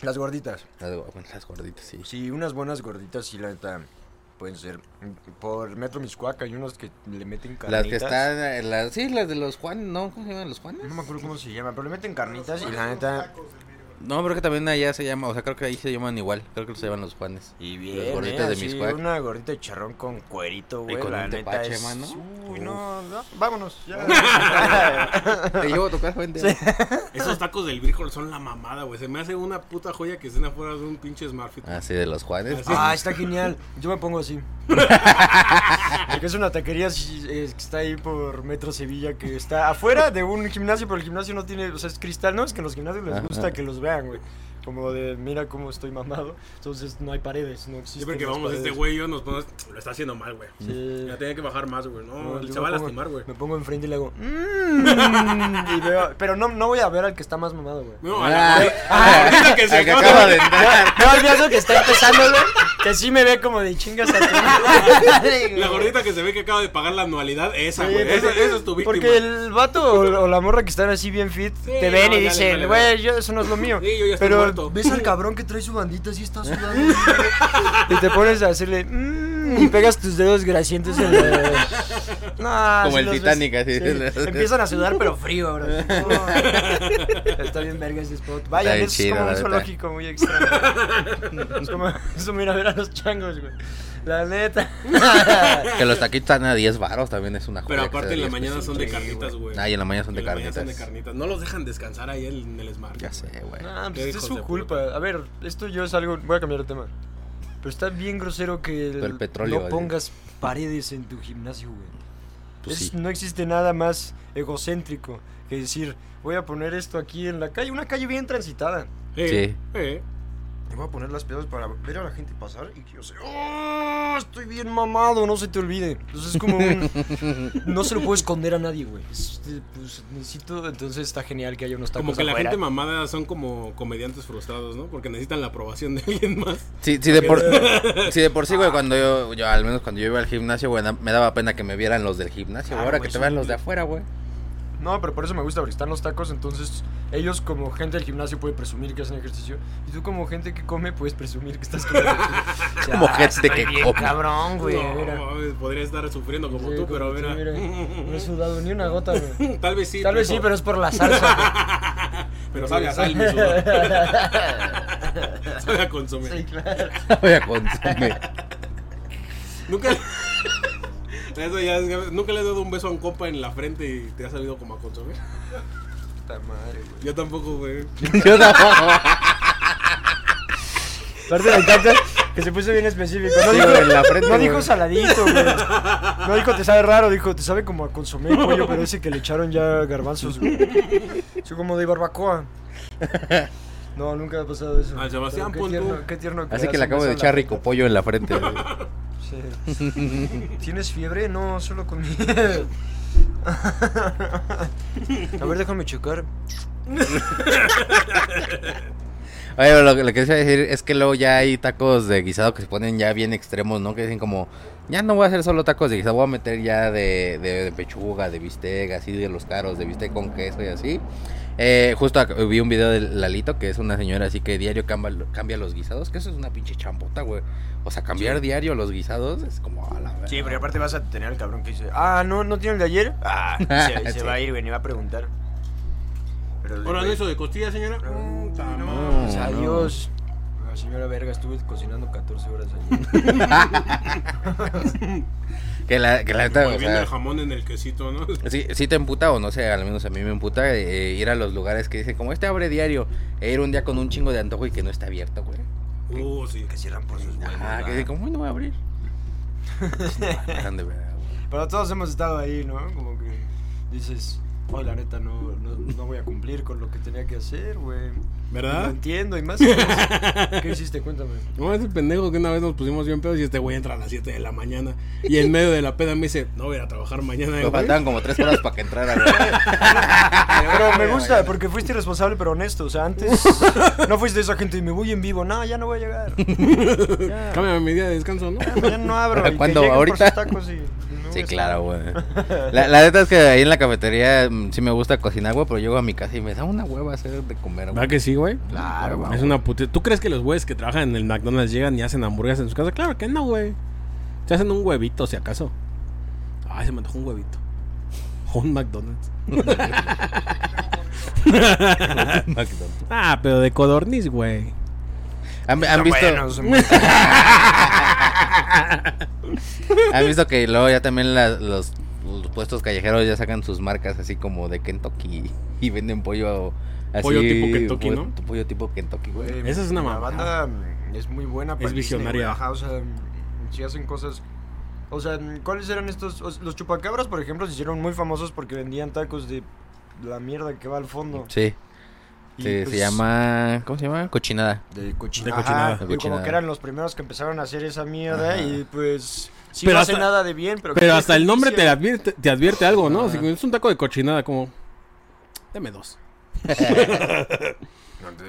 las gorditas.
Las, gu- bueno, las gorditas, sí.
Sí, unas buenas gorditas, sí, la neta. Pueden ser. mm, Por Metro Miscuaca hay unos que le meten carnitas.
Las que están, eh, las, sí, las de los Juan, ¿no? ¿Cómo se llaman los Juanes?
No me acuerdo cómo se llama, pero le meten carnitas y la neta.
No, pero que también allá se llama, o sea, creo que ahí se llaman igual, creo que se llaman los Juanes.
Y bien.
Las gorditas
eh,
de
así,
Miscuac.
Una gordita de charrón con cuerito, güey.
con
la
un
neta
tepache,
es-
mano.
Uy,
Uf.
no, no, vámonos. [LAUGHS] Ya.
Te llevo a tu casa, vente.
Esos tacos del Virgol son la mamada, güey. Se me hace una puta joya que estén afuera de un pinche Smartfit.
Ah, sí, de los Juanes.
ah, está genial. Yo me pongo así. Porque es una taquería sí, eh, que está ahí por Metro Sevilla, que está afuera de un gimnasio, pero el gimnasio no tiene, o sea, es cristal, ¿no? Es que a los gimnasios les
Ajá.
gusta que los vean, güey. Como de, mira cómo estoy mamado. Entonces no hay paredes, no existe.
Siempre que vamos, este güey y yo nos ponemos. Lo está haciendo mal, güey. Ya tenía que bajar más, güey. No, se va a lastimar, güey.
Me pongo enfrente y le hago. "Mm", y veo- pero no, no voy a ver al que está más mamado, güey.
No, a la-
Ah, [LAUGHS]
Ah, ahorita que se
al que
acaba.
acaba de entrar.
No, al viejo que está empezando, güey. Que sí me ve como de chingas a tu madre, güey.
La gordita que se ve que acaba de pagar la anualidad, esa,
Sí,
güey. Esa,
porque-
esa es tu víctima.
Porque el vato o, o la morra que están así bien fit
Sí,
te ven
no,
y
ya les vale
dicen,
ver.
güey, yo- eso no es lo mío.
Sí, yo ya estoy
Pero
muerto.
ves [LAUGHS] al cabrón que trae su bandita así está sudando. [LAUGHS] y te pones a hacerle, "Mm", y pegas tus dedos grasientos en la...
[LAUGHS]
No,
Como
sí
el
los
Titanic,
ves.
así.
Sí, Empiezan a sudar, pero frío, bro.
[LAUGHS]
No, está bien verga ese spot. Vaya,
bien
es
chido,
como
la
un
neta.
zoológico muy
[LAUGHS]
extraño. es como, [LAUGHS] es como ir a ver a los changos, güey. La
[LAUGHS]
neta.
Que los taquitos están a 10 varos, también es una joya.
Pero
que
aparte
sea
en la
10
mañana son de
pesitos.
carnitas, güey.
Ah, y en la mañana son de
En la mañana son de
carnitas.
carnitas. No los dejan descansar ahí en el Smart.
Ya sé, güey.
Ah,
Qué
pues esta es
hijos
su
de
culpa. A ver, esto yo es algo. Voy a cambiar de tema. Pero está bien grosero que
Pero el petróleo,
no
vale.
pongas paredes en tu gimnasio, güey.
Pues
Es-
sí.
No existe nada más egocéntrico que decir, voy a poner esto aquí en la calle, una calle bien transitada.
Eh, eh.
Te voy a poner las piedras para ver a la gente pasar y que yo sé, ¡Oh! Estoy bien mamado, no se te olvide. Entonces es como
[LAUGHS]
un. no se lo puedo esconder a nadie, güey. Es, eh, Pues necesito. Entonces está genial que haya unos tacos
Como que la
afuera.
gente mamada son como comediantes frustrados, ¿no? Porque necesitan la aprobación de alguien más.
Sí, sí, de por,
[LAUGHS]
sí, de por sí, güey, cuando yo, yo, al menos cuando yo iba al gimnasio, güey, na- me daba pena que me vieran los del gimnasio,
Ah,
güey,
Claro,
ahora
güey,
que te
sí.
vean los de afuera, güey.
No, pero por eso me gusta, porque están los tacos, entonces ellos como gente del gimnasio pueden presumir que hacen ejercicio. Y tú como gente que come puedes presumir que estás
[LAUGHS]
comiendo. ejercicio.
Como
Ya,
gente
estoy
que
bien
come.
cabrón, güey.
no,
mira.
podría estar sufriendo como
Sí,
tú, pero
como
mira.
tú,
[LAUGHS]
No he sudado ni una gota, güey.
Tal vez sí.
Tal vez sí, pero es por la
[LAUGHS]
salsa.
Pero sabe a sal,
[LAUGHS]
mi sudor. [LAUGHS] sabe a consumir.
Sí, claro.
[LAUGHS] Voy a
[LAUGHS]
consumir.
Nunca. [LAUGHS] Eso ya es- Nunca le he dado un beso a un compa en la frente y te ha salido como a consumir.
Puta madre, güey.
Yo tampoco, güey.
Yo tampoco.
Aparte me encanta que se puso bien específico. No
Sí,
dijo,
güey, en la frente,
no dijo
güey.
saladito, güey. No dijo te sabe raro, dijo te sabe como a consomé pollo, pero ese que le echaron ya garbanzos, güey. Soy como de barbacoa. No, nunca ha pasado eso.
Al Sebastián,
Pero
pon
qué
tú.
tierno, qué tierno
Así que
hacen
le acabo
eso
de
a la
echar
gente.
rico pollo en la frente. güey.
Sí. ¿Tienes fiebre? No, solo con A ver, déjame checar.
Oye, pero lo, que- lo que quería decir es que luego ya hay tacos de guisado que se ponen ya bien extremos, ¿no? Que dicen como, ya no voy a hacer solo tacos de guisado, voy a meter ya de, de- de pechuga, de bistec, así de los caros, de bistec con queso y así. Eh, justo ac- vi un video de Lalito, que es una señora así que diario camba- cambia, los guisados, que eso es una pinche chambota, güey. O sea, cambiar diario los guisados es como a la verga.
Sí, pero aparte vas a tener al cabrón que dice, ah, no, no tiene el de ayer.
Mm,
Ah, se, se
Sí.
va a ir, güey, ni va a preguntar. Pero,
Ahora
güey,
de eso de costilla, señora. Mm, Puta madre.
no, pues,
No, no.
adiós. La señora verga, estuve cocinando 14 horas ayer.
Que la, que la neta, o
Volviendo
sea,
el jamón en el quesito, ¿no?
Sí, sí te emputa o no sé, al menos a mí me emputa eh, ir a los lugares que dicen como este abre diario e ir un día con un chingo de antojo y que no está abierto, güey.
Uh, sí.
que cierran por sus huevos.
Ajá, que
¿verdad?
dicen como, "Uy, no voy a abrir. No, dejan de ver, güey.
Pero todos hemos estado ahí, ¿no? Como que dices, hoy la neta no, no, no voy a cumplir con lo que tenía que hacer, güey.
¿Ah?
Lo
¿Verdad?
entiendo, y más.
[LAUGHS]
¿Qué qué hiciste? Cuéntame.
No, ese pendejo que una vez nos pusimos bien pedos y este güey entra a las 7 de la mañana. Y en medio de la peda me dice, no voy a ir a trabajar mañana.
Me
güey".
faltaban como tres horas para que entrara, [LAUGHS] güey. Ah,
Pero me gusta, porque fuiste irresponsable pero honesto. O sea,
[LAUGHS]
antes no fuiste esa gente y me voy en vivo. No, ya no voy a llegar. Ya,
Cámbiame mi día de descanso, ¿no?
ya no abro. y que
¿Cuándo?
lleguen por
¿Ahorita?
sus tacos y- y me voy
Sí,
a-
claro, güey. La, la neta es que ahí en la cafetería mm, sí me gusta cocinar, güey, pero llego a mi casa y me da una hueva hacer de comer, güey.
¿Verdad que sí, güey?
Claro, güey.
Es una puta. ¿Tú crees que los güeyes que trabajan en el McDonald's llegan y hacen hamburguesas en su casa? Claro que no, güey. Se hacen un huevito, si acaso. Ay, se me antojó un huevito. [LAUGHS] O un McDonald's.
[LAUGHS] McDonald's.
Ah, pero de codorniz, güey.
¿Han, han
Son
visto?
buenos, son buenos.
¿Has visto que luego ya también la- los, los puestos callejeros ya sacan sus marcas así como de Kentucky y venden pollo así?
Pollo tipo Kentucky,
pollo-
¿no?
Pollo tipo Kentucky, güey.
Güey,
Esa es una
La
mamada.
banda mm, es muy buena para
Es
el Disney,
visionaria.
güey, ajá, o sea, mm, si hacen cosas. O sea, mm, ¿cuáles eran estos? O sea, Los chupacabras, por ejemplo, se hicieron muy famosos porque vendían tacos de la mierda que va al fondo.
Sí,
Y,
sí, se
pues,
llama... ¿Cómo se llama? Cochinada.
De
De
cochinada.
cochinada.
Ajá,
De
y
cochinada.
como que eran los primeros que empezaron a hacer esa mierda
Ajá.
y pues. Sí,
Pero
no hace
hasta-
nada de bien, pero.
Pero
¿qué
hasta el nombre te
justicia?
advierte, te advierte algo, ¿no?
Ah.
Así que es un taco de cochinada, como. Deme
[LAUGHS]
dos.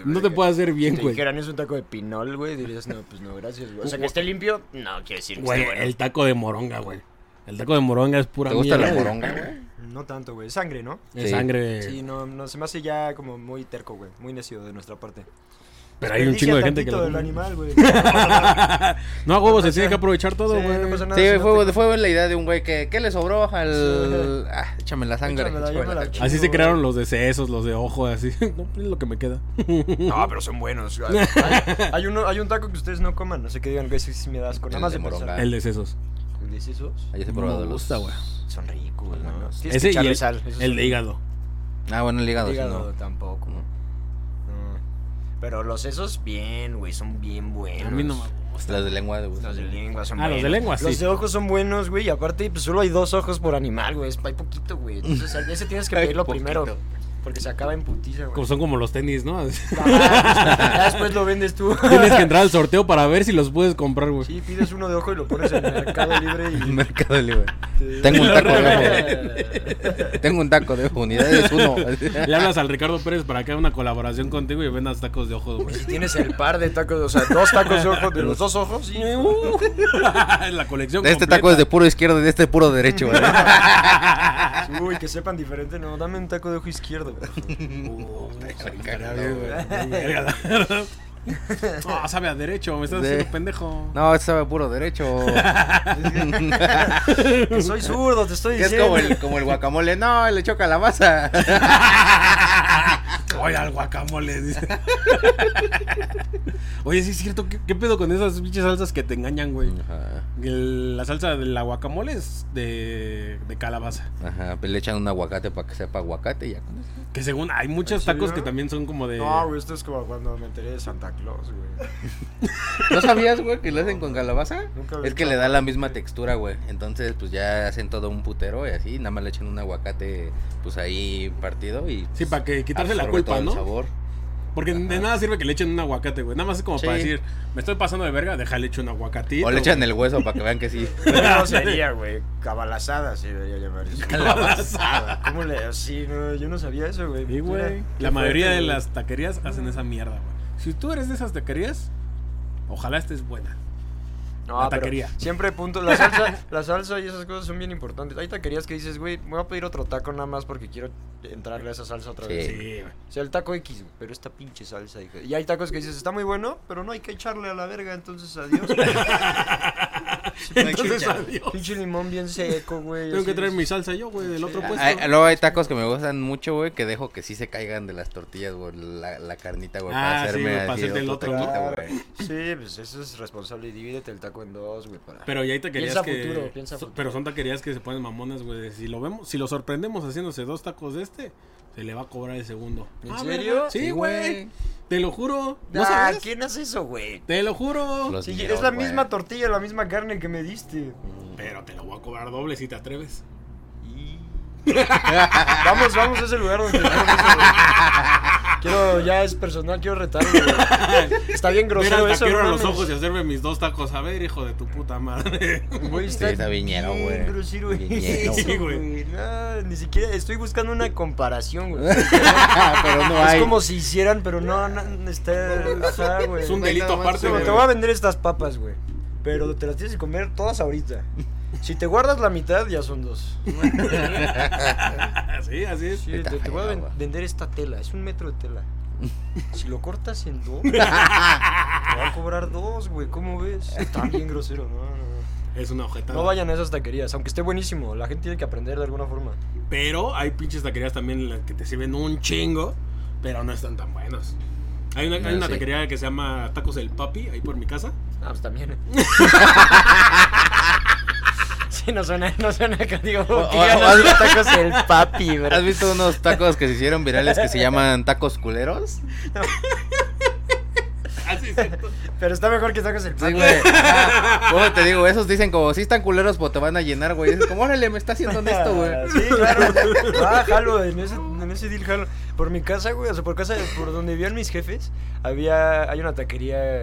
No te puede hacer bien,
Si te
güey.
dijeran es un taco de pinol, güey, dirías, no, pues no, gracias, güey. O sea, que esté
limpio, no quiere decir que
Güey,
esté bueno.
el taco de moronga, güey. El taco de moronga es pura
¿Te gusta la
mierda.
moronga, güey?
No tanto, güey. Sangre, ¿no?
Es
Sí.
sangre.
Sí, no, no, se me hace ya como muy terco, güey. Muy necio de nuestra parte.
Pero hay un chingo de gente que
lo
lo
del
come.
animal,
[LAUGHS]
güey.
No a huevos, se tiene que aprovechar todo,
Sí,
güey.
no pasa nada.
Sí,
si
güey,
no
fue,
te-
fue la idea de un güey que... ¿Qué le sobró al...? [LAUGHS] Ah, échame la sangre.
Échamela,
échame la
llámala.
sangre.
Así se
güey.
crearon los decesos, los de ojo, así. [LAUGHS] No, es lo que me queda.
No, pero son buenos. güey. Hay, hay uno, hay un taco que ustedes no coman, no sé qué digan, güey, si me das con nada
El
más
de
de
moronga.
pensar.
El decesos.
¿El de esos?
Ahí se
No
probado
me gusta, güey.
Son ricos, ¿no? Tienes que
Ese y
echarle
el,
sal, eso
el
es-
de hígado.
Ah, bueno, el hígado,
El
sí,
hígado
no.
tampoco.
No.
No.
Pero los esos, bien, güey, son bien buenos.
A mí no me gusta.
Pues Las de lengua, güey.
Los de
[LAUGHS]
lengua son
Ah, los de
buenos.
lengua, sí.
Los de ojos son buenos, güey, y aparte pues, solo hay dos ojos por animal, güey. es- Hay poquito, güey. Entonces, al- ese tienes que
Hay
pedirlo primero.
poquito.
Porque se acaba en putiza,
Como
güey.
son como los tenis, ¿no?
Ajá, Ya después lo vendes
[LAUGHS]
tú.
[LAUGHS] Tienes que entrar al sorteo para ver si los puedes comprar, güey.
Sí, pides uno de ojo y lo pones en el mercado libre
[LAUGHS]
y.
Mercado Libre.
te-
Tengo un taco de
Pero
ojo. Tengo un taco de ojo. Unidades uno.
Le hablas al Ricardo Pérez para que haga una colaboración contigo y vendas tacos de ojos,
[LAUGHS]
güey. [LAUGHS]
si tienes el par de tacos, o sea, dos tacos de ojo, de los dos ojos, sí.
Es la colección.
[LAUGHS] De este
completa.
taco es de puro izquierdo y de este puro derecho, güey.
Uy, que sepan diferente, no, dame un taco de ojo izquierdo.
[LAUGHS]
güey.
[LAUGHS] No, sabe a derecho, me estás
Sí.
haciendo pendejo.
No, este sabe a puro derecho.
Que soy zurdo, te estoy
Que es
diciendo.
como el, como el guacamole. No, le choca la masa.
Oye, al guacamole, dice. [LAUGHS] Oye, sí es cierto, ¿qué, qué pedo con esas pinches salsas que te engañan, güey?
Ajá,
El- la salsa de la guacamole es de, de calabaza.
ajá, pues le echan un aguacate para que sepa aguacate y ya con eso.
Que según hay muchos
¿En
tacos
serio?
que también son como de.
No, güey, esto es como cuando me enteré de Santa Claus,
[LAUGHS]
güey.
¿No sabías, güey, que lo hacen con calabaza?
Nunca lo he
Es que
hecho.
le da la misma textura, güey. Entonces, pues ya hacen todo un putero y así. Nada más le echan un aguacate, pues ahí partido y.
Sí, para que quitarse la
absorbe Ah, todo
culpa,
el
¿no?
sabor.
Porque de nada sirve que le echen un aguacate, güey. Nada más es como
Sí.
para decir, me estoy pasando de verga, déjale echar un aguacatito.
O le echan
güey.
el hueso para que vean
[LAUGHS]
que sí.
No sería, güey. Cabalazada se debería llamar eso.
Calabazada.
¿Cómo le.? Sí, no, yo no sabía eso, güey.
Sí, güey.
Mira,
La
qué
mayoría
fuerte,
de
güey.
las taquerías hacen esa mierda, güey. Si tú eres de esas taquerías, ojalá estés buena.
No,
La
pero
taquería.
Siempre punto. La salsa,
[LAUGHS]
la salsa y esas cosas son bien importantes. Hay taquerías que dices, güey, me voy a pedir otro taco nada más porque quiero entrarle a esa salsa otra
Sí.
vez.
Sí, güey.
O sea, el taco X, güey, pero esta pinche salsa, hija. Y hay tacos que dices, está muy bueno, pero no hay que echarle a la verga, entonces
[LAUGHS]
adiós. Sí,
Entonces,
pinche-
adiós.
Pinche limón bien seco, güey.
Tengo
así
que traer
es.
mi salsa yo, güey, del otro puesto.
Hay- luego hay tacos que me gustan mucho, güey, que dejo que sí se caigan de las tortillas, güey, la, la carnita, güey, para
Ah, sí,
hacerme
güey, para
así
hacerte el otro, ¿no?
taquito, güey.
Sí, pues eso es responsable. Divídete el taco en dos, güey. Para...
Pero ya hay taquerías
Piensa
que.
futuro, piensa
so-
futuro.
Pero son taquerías que se ponen mamones, güey. Si lo vemos, si lo sorprendemos haciéndose dos tacos de este, se le va a cobrar el segundo.
¿En
Ah,
serio?
verga.
Sí,
Sí,
güey.
güey. Te lo juro. ¿No
Ah,
sabes?
¿quién hace eso, güey?
Te lo juro.
Los
Sí,
niñeros,
es la
güey.
misma tortilla, la misma carne que me diste.
Pero te lo voy a cobrar doble si te atreves.
Y- vamos, vamos a ese lugar donde tenemos eso, güey. Quiero, ya es personal, quiero retarlo, güey.
[LAUGHS]
Está bien
Ver
grosero
al
eso,
taquero a
no
los
mames.
ojos y hacerme mis dos tacos. A ver, hijo de tu puta madre.
Güey,
Sí, está viñero,
bien
güey.
grosero
Viñero,
eso,
güey.
güey. No, ni siquiera, estoy buscando una comparación, güey.
[LAUGHS] pero no hay.
Es como si hicieran, pero no, no está, ajá, güey.
Es un
no hay
delito
nada más,
aparte,
Como,
güey.
te voy a vender estas papas, güey. Pero te las tienes que comer todas ahorita. Si te guardas la mitad, ya son dos.
[LAUGHS] sí, así es.
Sí,
Está
te, te voy a
feo,
ven-
güey.
vender esta tela, es un metro de tela. Si lo cortas en [LAUGHS] dos, te va a cobrar dos, güey. ¿Cómo ves? Está bien grosero, no, no, no.
Es una ojetada.
No vayan a esas taquerías, aunque esté buenísimo. La gente tiene que aprender de alguna forma. [LAUGHS]
Pero hay pinches taquerías también en las que te sirven un chingo, pero no están tan buenos. Hay una, hay
Ah,
una
sí.
taquería que se llama Tacos del Papi, ahí por
[LAUGHS]
mi casa.
Ah, pues también. sí, no suena, no suena que digo,
O-
que
o-
ya
o-
no los tacos el papi,
¿Has
¿verdad?
visto unos tacos que se hicieron virales
[LAUGHS]
que se llaman tacos culeros?
Ah,
Así es. [LAUGHS] cierto.
Pero está mejor que tacos el papi.
Sí, güey. Ajá. ¿Cómo te digo? Esos dicen como, sí están culeros, pero te van a llenar, güey. Es como, órale, me
[LAUGHS]
está haciendo esto, güey.
Sí, claro. [LAUGHS] Ah, jalo, en ese, en ese deal jalo. Por mi casa, güey, o sea, por casa, por donde vivían mis jefes, había, hay una taquería,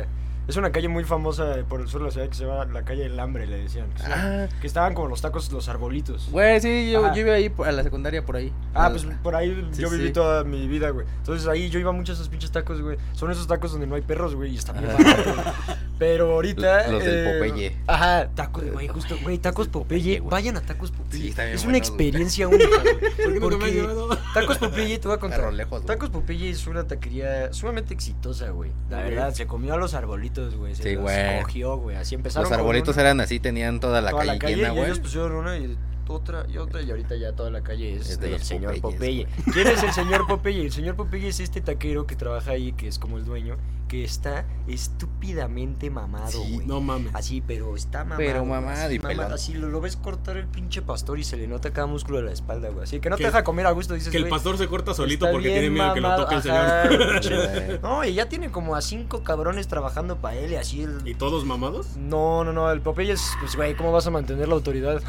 es una calle muy famosa por el sur de la ciudad que se llama la calle del hambre, le decían. que
Ah.
Que estaban como los tacos, los arbolitos.
Güey, sí, yo,
Ajá.
yo iba ahí por- a la secundaria por ahí.
Ah,
Al-
pues por ahí
Sí,
yo viví
sí.
toda mi vida, güey. Entonces ahí yo iba mucho a esos pinches tacos, güey. Son esos tacos donde no hay perros, güey, y están bien baratos, güey. Pero ahorita.
Ah.
eh,
Los del Popeye.
Ajá, tacos, güey, justo, güey, tacos Popeye.
güey.
Vayan a tacos Popeye.
Sí, está bien
es una
buenos, güey.
experiencia única,
[LAUGHS]
güey.
¿Por qué nunca me has
Porque
llevado?
Tacos Popeye, te voy a contar.
Perro lejos, güey.
tacos Popeye es una taquería sumamente exitosa, güey. La
Ok.
verdad, se comió a los arbolitos, güey. Se
Sí,
los
güey.
cogió, güey. Así empezaron.
Los
con
arbolitos
una-
eran así, tenían toda la
toda
calle llena,
y
güey.
ellos pues, pusieron una y otra y otra y ahorita ya toda la calle es,
Es de
del
los
señor
Popeyes,
Popeye. [LAUGHS] ¿Quién es el señor Popeye? El señor Popeye es este taquero que trabaja ahí, que es como el dueño, que está estúpidamente mamado,
Sí,
güey. Ah,
No mames.
Así, pero está mamado.
Pero
güey,
mamado
así
y pelón.
Así lo, lo ves cortar el pinche pastor y se le nota cada músculo de la espalda, güey. Así que no
Que-
te deja comer a gusto, dices,
Que el
güey,
pastor se corta solito
está
porque
bien
tiene miedo que lo
mamado,
toque el
ajá,
señor. [LAUGHS]
[LAUGHS]
pinche- No, y ya tiene como a cinco cabrones trabajando para él y así el...
¿Y todos mamados?
No, no, no, el Popeye es, pues, güey, ¿cómo vas a mantener la
[LAUGHS]
autoridad?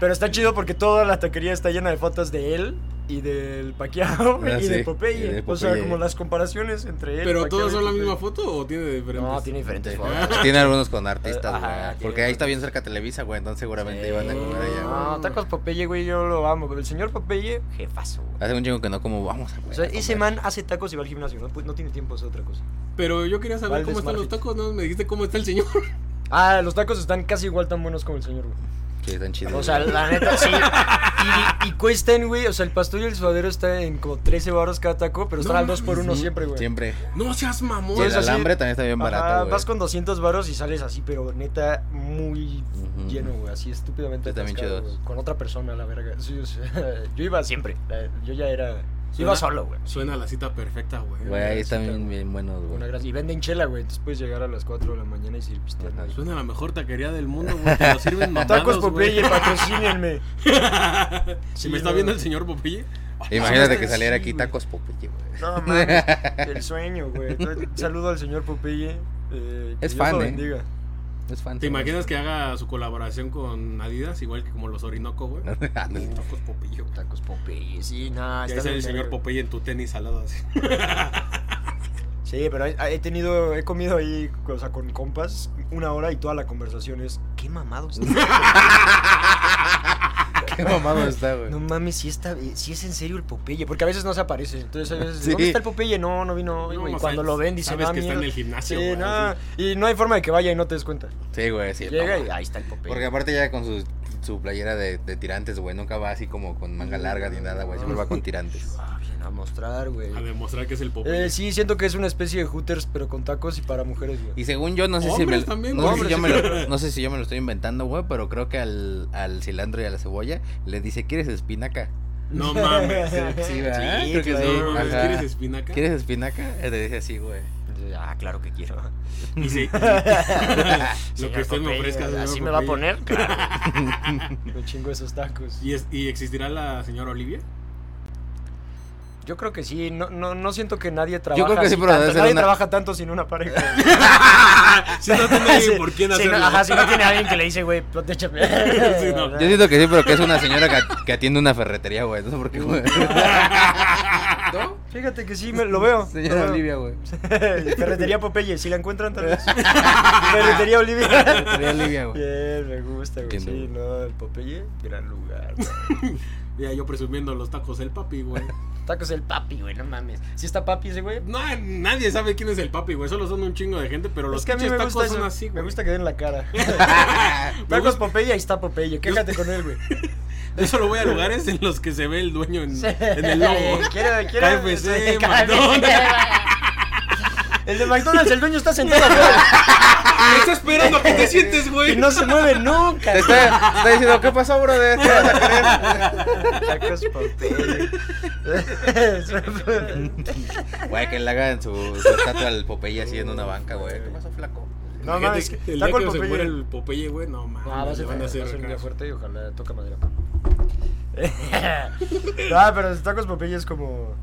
Pero está chido porque toda la taquería está llena de fotos de él y del Paquiao
Ah,
y,
sí,
de Popeye.
y de
O sea,
Popeye.
como las comparaciones entre él.
¿Pero
Pacquiao
todos
y
son la
Popeye.
misma foto o tiene diferentes?
No, tiene diferentes fotos.
[LAUGHS] Tiene algunos con artistas,
Ajá,
güey.
tiene
Porque ahí
varios.
está bien cerca Televisa, güey. Entonces seguramente
Sí.
iban a comer allá, güey.
No, tacos Popeye, güey, yo lo amo. pero El señor Popeye, jefazo, güey.
Hace un chingo que no como vamos a
O
comer.
sea,
a comer.
ese man hace tacos y va al gimnasio, no, Pues no tiene tiempo, es otra cosa.
Pero yo quería saber
Valdez
cómo están los
Marfit.
tacos, ¿no? Me dijiste cómo está el señor. [LAUGHS]
Ah, los tacos están casi igual tan buenos como el señor, güey.
Sí, están chidos.
O sea,
güey.
la neta, sí. Y, y cuestan, güey. O sea, el pastor y el suadero está en como 13 baros cada taco, pero están
No
al 2 por 1
mames,
siempre, güey.
Siempre.
No seas mamón.
Y el
Pues así-
alambre también está bien
Ajá,
barato, güey.
vas con 200 baros y sales así, pero neta, muy
Ujú.
lleno, güey. Así estúpidamente.
Está bien
atascado,
chidos.
güey, Con otra persona, la verga. Sí, o sea, [LAUGHS] yo iba siempre. la- Yo ya era.
Suena-
Iba solo, güey.
Suena la cita perfecta, güey.
Güey, ahí están
Sí,
bien,
claro.
bien buenos,
Con una
güey.
gra- Y venden chela, güey. Entonces puedes llegar a las 4 de la mañana y seguir pisteando. ahí.
Suena la mejor taquería del mundo, güey. Te lo sirven
[LAUGHS]
mamados,
Tacos
güey.
Popeye, patrocínenme.
Si [LAUGHS]
Sí,
me está
no.
viendo el señor Popeye.
Imagínate que
Sí,
saliera aquí
güey.
tacos Popeye, este güey.
No
[LAUGHS]
mames, el sueño, güey. Saludo al señor Popeye. eh, que
Es
Dios
fan,
lo
¿eh?
bendiga.
Es fan.
¿Te imaginas que haga su colaboración con Adidas, igual que como los Orinoco, güey?
[LAUGHS] Ándale.
Tacos Popeye, güey.
Tacos Popeye, sí,
Y
Ah,
nada.
ahí sale el señor Popeye en tu tenis al lado así.
Sí, pero he, he tenido, he comido ahí, o sea, con este compas una hora y toda la conversación es, qué mamado. está.
Qué mamado está, güey.
No mames, si, está, si es en serio el Popeye, porque a veces no se aparece. Entonces, a veces,
Sí.
¿dónde está el Popeye? No, no vino hoy,
No,
güey.
o sea,
Cuando lo ven, dicen,
sabes
"Ah,
que está en
mierda".
el gimnasio,
Sí,
güey,
no, y no hay forma de que vaya y no te des cuenta.
Sí, güey, sí.
Llega
no.
y ahí está el Popeye.
Porque aparte ya con su, su playera de, de tirantes, güey, nunca va así como con manga larga ni nada, güey. Siempre va con tirantes.
Ah, viene a mostrar, güey.
A demostrar que es el Popeye.
Eh, sí, siento que es una especie de Hooters, pero con tacos y para mujeres, güey.
Y según yo, no sé, si
Hombres
me,
también,
no, sé si
hombres.
yo me lo, no sé si yo me lo estoy inventando, güey, pero creo que al, al cilantro y a la cebolla le dice, ¿quieres espinaca?
No mames. sí.
Sí, ¿verdad?
Sí,
creo que
claro.
sí.
No mames,
Ajá.
¿Quieres espinaca?
¿Quieres espinaca? Eh, Le dice así, güey.
Ah, claro que quiero.
[LAUGHS]
Y sí. [LAUGHS] Lo
Señor
que usted me
Popeye,
ofrezca. señor
¿Así me va a
Popeye. [LAUGHS]
poner? Claro.
Me chingo esos tacos.
¿Y, es- ¿Y existirá la señora Olivia? [LAUGHS]
Yo creo que sí, no, no, no siento que nadie trabaja.
creo que sí,
así
pero debe
tanto.
ser
Nadie
una-
trabaja tanto sin una pareja.
[LAUGHS]
Si no tiene alguien por quién
Sí, no,
hacerlo.
ajá, si no tiene alguien que le dice, güey, protéchame.
[LAUGHS] Sí, no.
Ah.
Yo siento que sí, pero que es una señora que, at- que atiende una ferretería, güey. No sé por qué, güey.
Fíjate que sí, me, lo veo. lo
Señora
veo.
Olivia, güey.
[LAUGHS] Ferretería Popeye, si la encuentran tal
[LAUGHS]
vez. Ferretería Olivia.
Señora Olivia, güey.
Bien, me gusta, güey.
Entiendo.
Sí, no, el Popeye, gran lugar. güey.
[LAUGHS] Ya yo presumiendo los tacos del papi, güey.
Tacos el papi, güey, no mames. Si está papi ese güey.
No, nadie sabe quién es el papi, güey. Solo son un chingo de gente, pero los
Es que a mí
pinches
me
tacos
gusta
son
eso.
así,
me
güey.
gusta que den la
[LAUGHS]
cara.
Me
Tacos
gusta-
Popeye, ahí está Popeye. Quéjate con él,
[LAUGHS]
güey.
Yo solo voy a lugares en los que se ve el dueño en, en
[LAUGHS]
el logo.
Quiero, quiero.
KFC,
KFC,
McDonald's.
El de McDonald's, el dueño está sentado
[LAUGHS]
acá.
Me está esperando a que te sientes,
Y
güey.
no se mueve nunca.
Te está, te está diciendo, ¿qué pasó, brother? [LAUGHS] ¿Qué vas a querer?"
Tacos
[LAUGHS]
Popeye. [LAUGHS]
Güey, que le hagan su, su estatua al Popeye así en una banca, güey. ¿Qué pasó, flaco?
no
Gente,
mames,
el día
taco
que
el
se muere
Popeye.
el Popeye, güey, no mames.
Ah, va a
le
ser,
van a hacer
va a ser un día
acá.
fuerte y ojalá toca [LAUGHS] madera. ah, pero los tacos Popeye es como.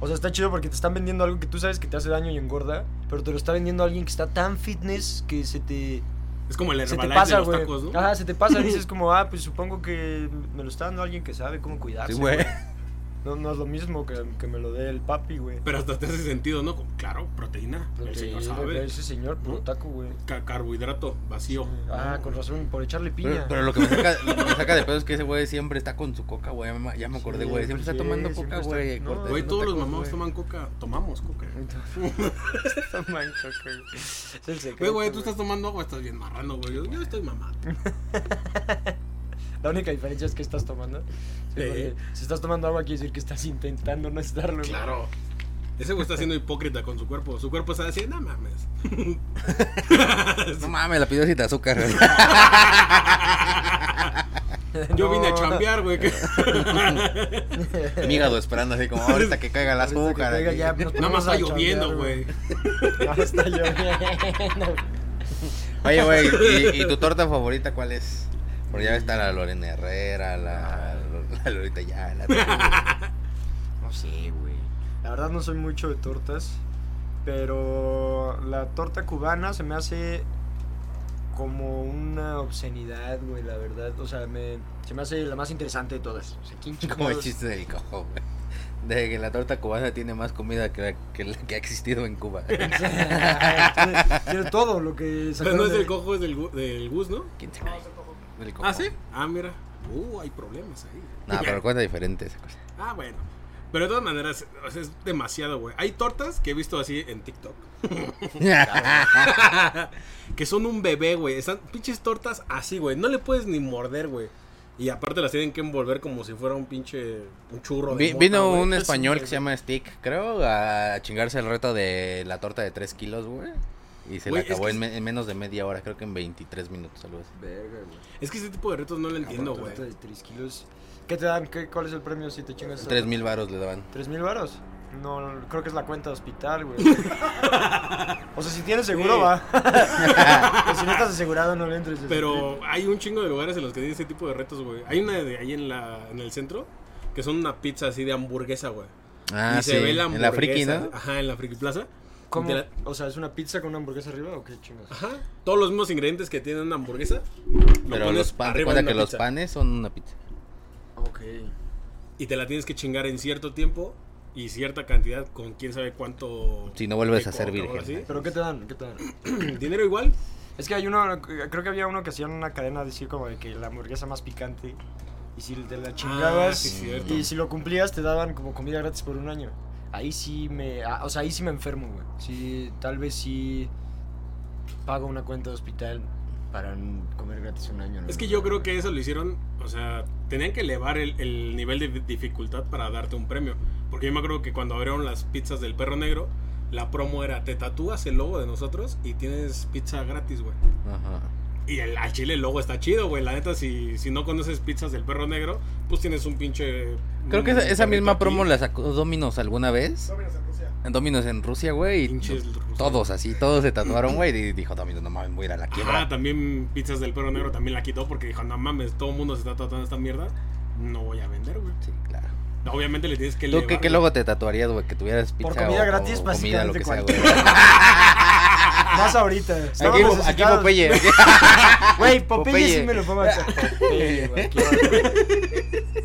O sea, está chido porque te están vendiendo algo que tú sabes que te hace daño y engorda, pero te lo está vendiendo alguien que está tan fitness que se te,
Es como el
se te
Herbalife
pasa,
de los
güey.
tacos, ¿no?
Ajá, se te pasa, dices
[LAUGHS]
como, ah, pues supongo que me lo está dando alguien que sabe cómo cuidarse.
Sí, güey.
güey. No, no es lo mismo que, que me lo dé el papi, güey.
Pero hasta te hace sentido, ¿no? Como, Claro, proteína. el señor
Proteína, güey,
sabe.
Ese señor, puro taco, güey.
Ca- carbohidrato vacío.
Ah, con razón, por echarle
Pero,
piña.
pero lo, que me saca, lo que me saca de pedo es que ese güey siempre está con su coca, güey. Ya me- Ya me acordé,
Sí,
güey. Siempre está
sí,
tomando
siempre
coca,
está-
güey.
no.
cortando
Güey, todos los
tacos,
mamados
güey.
toman coca. Tomamos coca.
[LAUGHS] Toman coca, güey. Es el secreto,
Güey, güey, tú estás tomando agua, estás bien marrano, güey. Yo, yo estoy mamado.
La única diferencia es que estás tomando. Sí, porque Si estás tomando agua, quiere decir que estás intentando no estarlo. güey. [LAUGHS]
Claro. Ese güey está siendo hipócrita con su cuerpo. Su cuerpo está así,
[LAUGHS]
no mames.
No mames, la pidió sin
[LAUGHS]
azúcar. güey.
Yo vine a
No. [LAUGHS]
chambear, güey. que-
Mi hígado esperando así como ahorita que caiga la
Ahorita que
azúcar.
caiga
aquí.
ya, pues. nos
Nada más
vamos a
está lloviendo,
chambear,
güey.
[LAUGHS] Nada más está lloviendo.
Oye,
[LAUGHS]
güey, ¿y, y tu torta favorita cuál es? Porque ya está la Lorena Herrera, la, la Lorita ya, [LAUGHS] la
No sé, güey.
La verdad, no soy mucho de tortas. Pero la torta cubana se me hace como una obscenidad, güey, la verdad. O sea, me, se me hace la más interesante de todas. O sea, ¿quién
[LAUGHS] como el
chingados-
chiste del cojo, güey. De que la torta cubana tiene más comida que la que, la que ha existido en Cuba.
tiene, [LAUGHS] tiene todo lo que
O sea, no
sacaron
es
de-
del cojo, es del, gu- del gus, ¿no?
¿Quién se cae? El cojo.
Ah, sí. Ah, mira. Uh, hay problemas ahí.
No, pero cuenta diferente esa [LAUGHS] cosa.
Ah, bueno. Pero de todas maneras, o sea, es demasiado, güey. Hay tortas que he visto así en TikTok. [LAUGHS] que son un bebé, güey. Están pinches tortas así, güey. No le puedes ni morder, güey. Y aparte las tienen que envolver como si fuera un pinche un churro de
Vi-
mota,
vino
güey.
un
[LAUGHS] Es
español que
bebé.
se llama Stick, creo, a chingarse el reto de la torta de 3 kilos, güey. Y se
Güey, es
la acabó
que
en,
es-
me- en menos de media hora, creo que en 23 minutos, algo así.
Verga, güey.
Es que ese tipo de retos no lo entiendo, güey.
Torta de 3 kilos. ¿Qué te dan? ¿Qué, ¿Cuál es el premio si te chingas? esa
3
torta?
mil varos le daban.
¿Tres mil varos? No, no, creo que es la cuenta de hospital,
[LAUGHS]
güey. o sea, si tienes seguro,
Sí. [LAUGHS]
va. Pero si no estás asegurado, no le entres.
Pero hay un chingo de lugares en los que tienen ese tipo de retos, güey. Hay una de ahí en la en el centro que son una pizza así de hamburguesa, güey.
Ah,
y
sí.
se ve la
en la friki,
hamburguesa,
¿no?
Ajá, en la friki plaza.
¿Cómo?
De la-
O sea, ¿es una pizza con una hamburguesa arriba o qué chingas?
Ajá. Todos los mismos ingredientes que tiene una hamburguesa. lo
Pero
pones
los panes,
arriba
recuerda
en una
que los
pizza.
panes son una pizza.
Ah, Ok.
Y te la tienes que chingar en cierto tiempo y cierta cantidad con quién sabe cuánto.
Si no vuelves
de
a ser
coca o algo
virgen.
¿Pero qué te dan? ¿Qué te dan?
así. [CLEARS THROAT] Dinero igual.
Es que hay uno, creo que había uno que hacían una cadena decir como de que la hamburguesa más picante Y si te la chingabas
Ah, sí, cierto.
y si lo cumplías, te daban como comida gratis por un año. Ahí sí me. ah, O sea, ahí sí me enfermo, güey. Sí, tal vez sí pago una cuenta de hospital para n- comer gratis un año. ¿no?
Es que
[LAUGHS]
yo creo que eso lo hicieron, o sea, tenían que elevar el, el nivel de dificultad para darte un premio. Porque yo me acuerdo que cuando abrieron las pizzas del perro negro, la promo era, te tatúas el logo de nosotros y tienes pizza gratis, güey.
Ajá.
Y el, al chile el logo está chido, güey. La neta, si, si no conoces pizzas del perro negro, pues tienes un pinche...
Creo que
un
esa, esa
perrito
misma
aquí.
promo la sacó Dominos alguna vez.
Dominos en Rusia.
En Dominos en Rusia, güey. y
Pinches rusos.
Todos así, todos se tatuaron, güey. Y dijo Dominos, no mames, voy a ir a la quiebra. Ah,
Ajá, también pizzas del perro negro también la quitó porque dijo, no mames, todo el mundo se está tratando esta mierda. No voy a vender, güey.
Sí, claro.
Obviamente le tienes que
¿Tú qué,
elevar,
qué
güey.
logo te tatuarías, güey? Que tuvieras pizza
Por comida
o-
gratis,
o comida, lo
básicamente
que sea, güey.
cualquier- [LAUGHS] Más ahorita.
Aquí,
Estamos
aquí
necesitados.
Popeye.
[LAUGHS] Güey, Popeye,
Popeye.
sí me lo puedo
[LAUGHS]
matar. Popeye, güey, claro.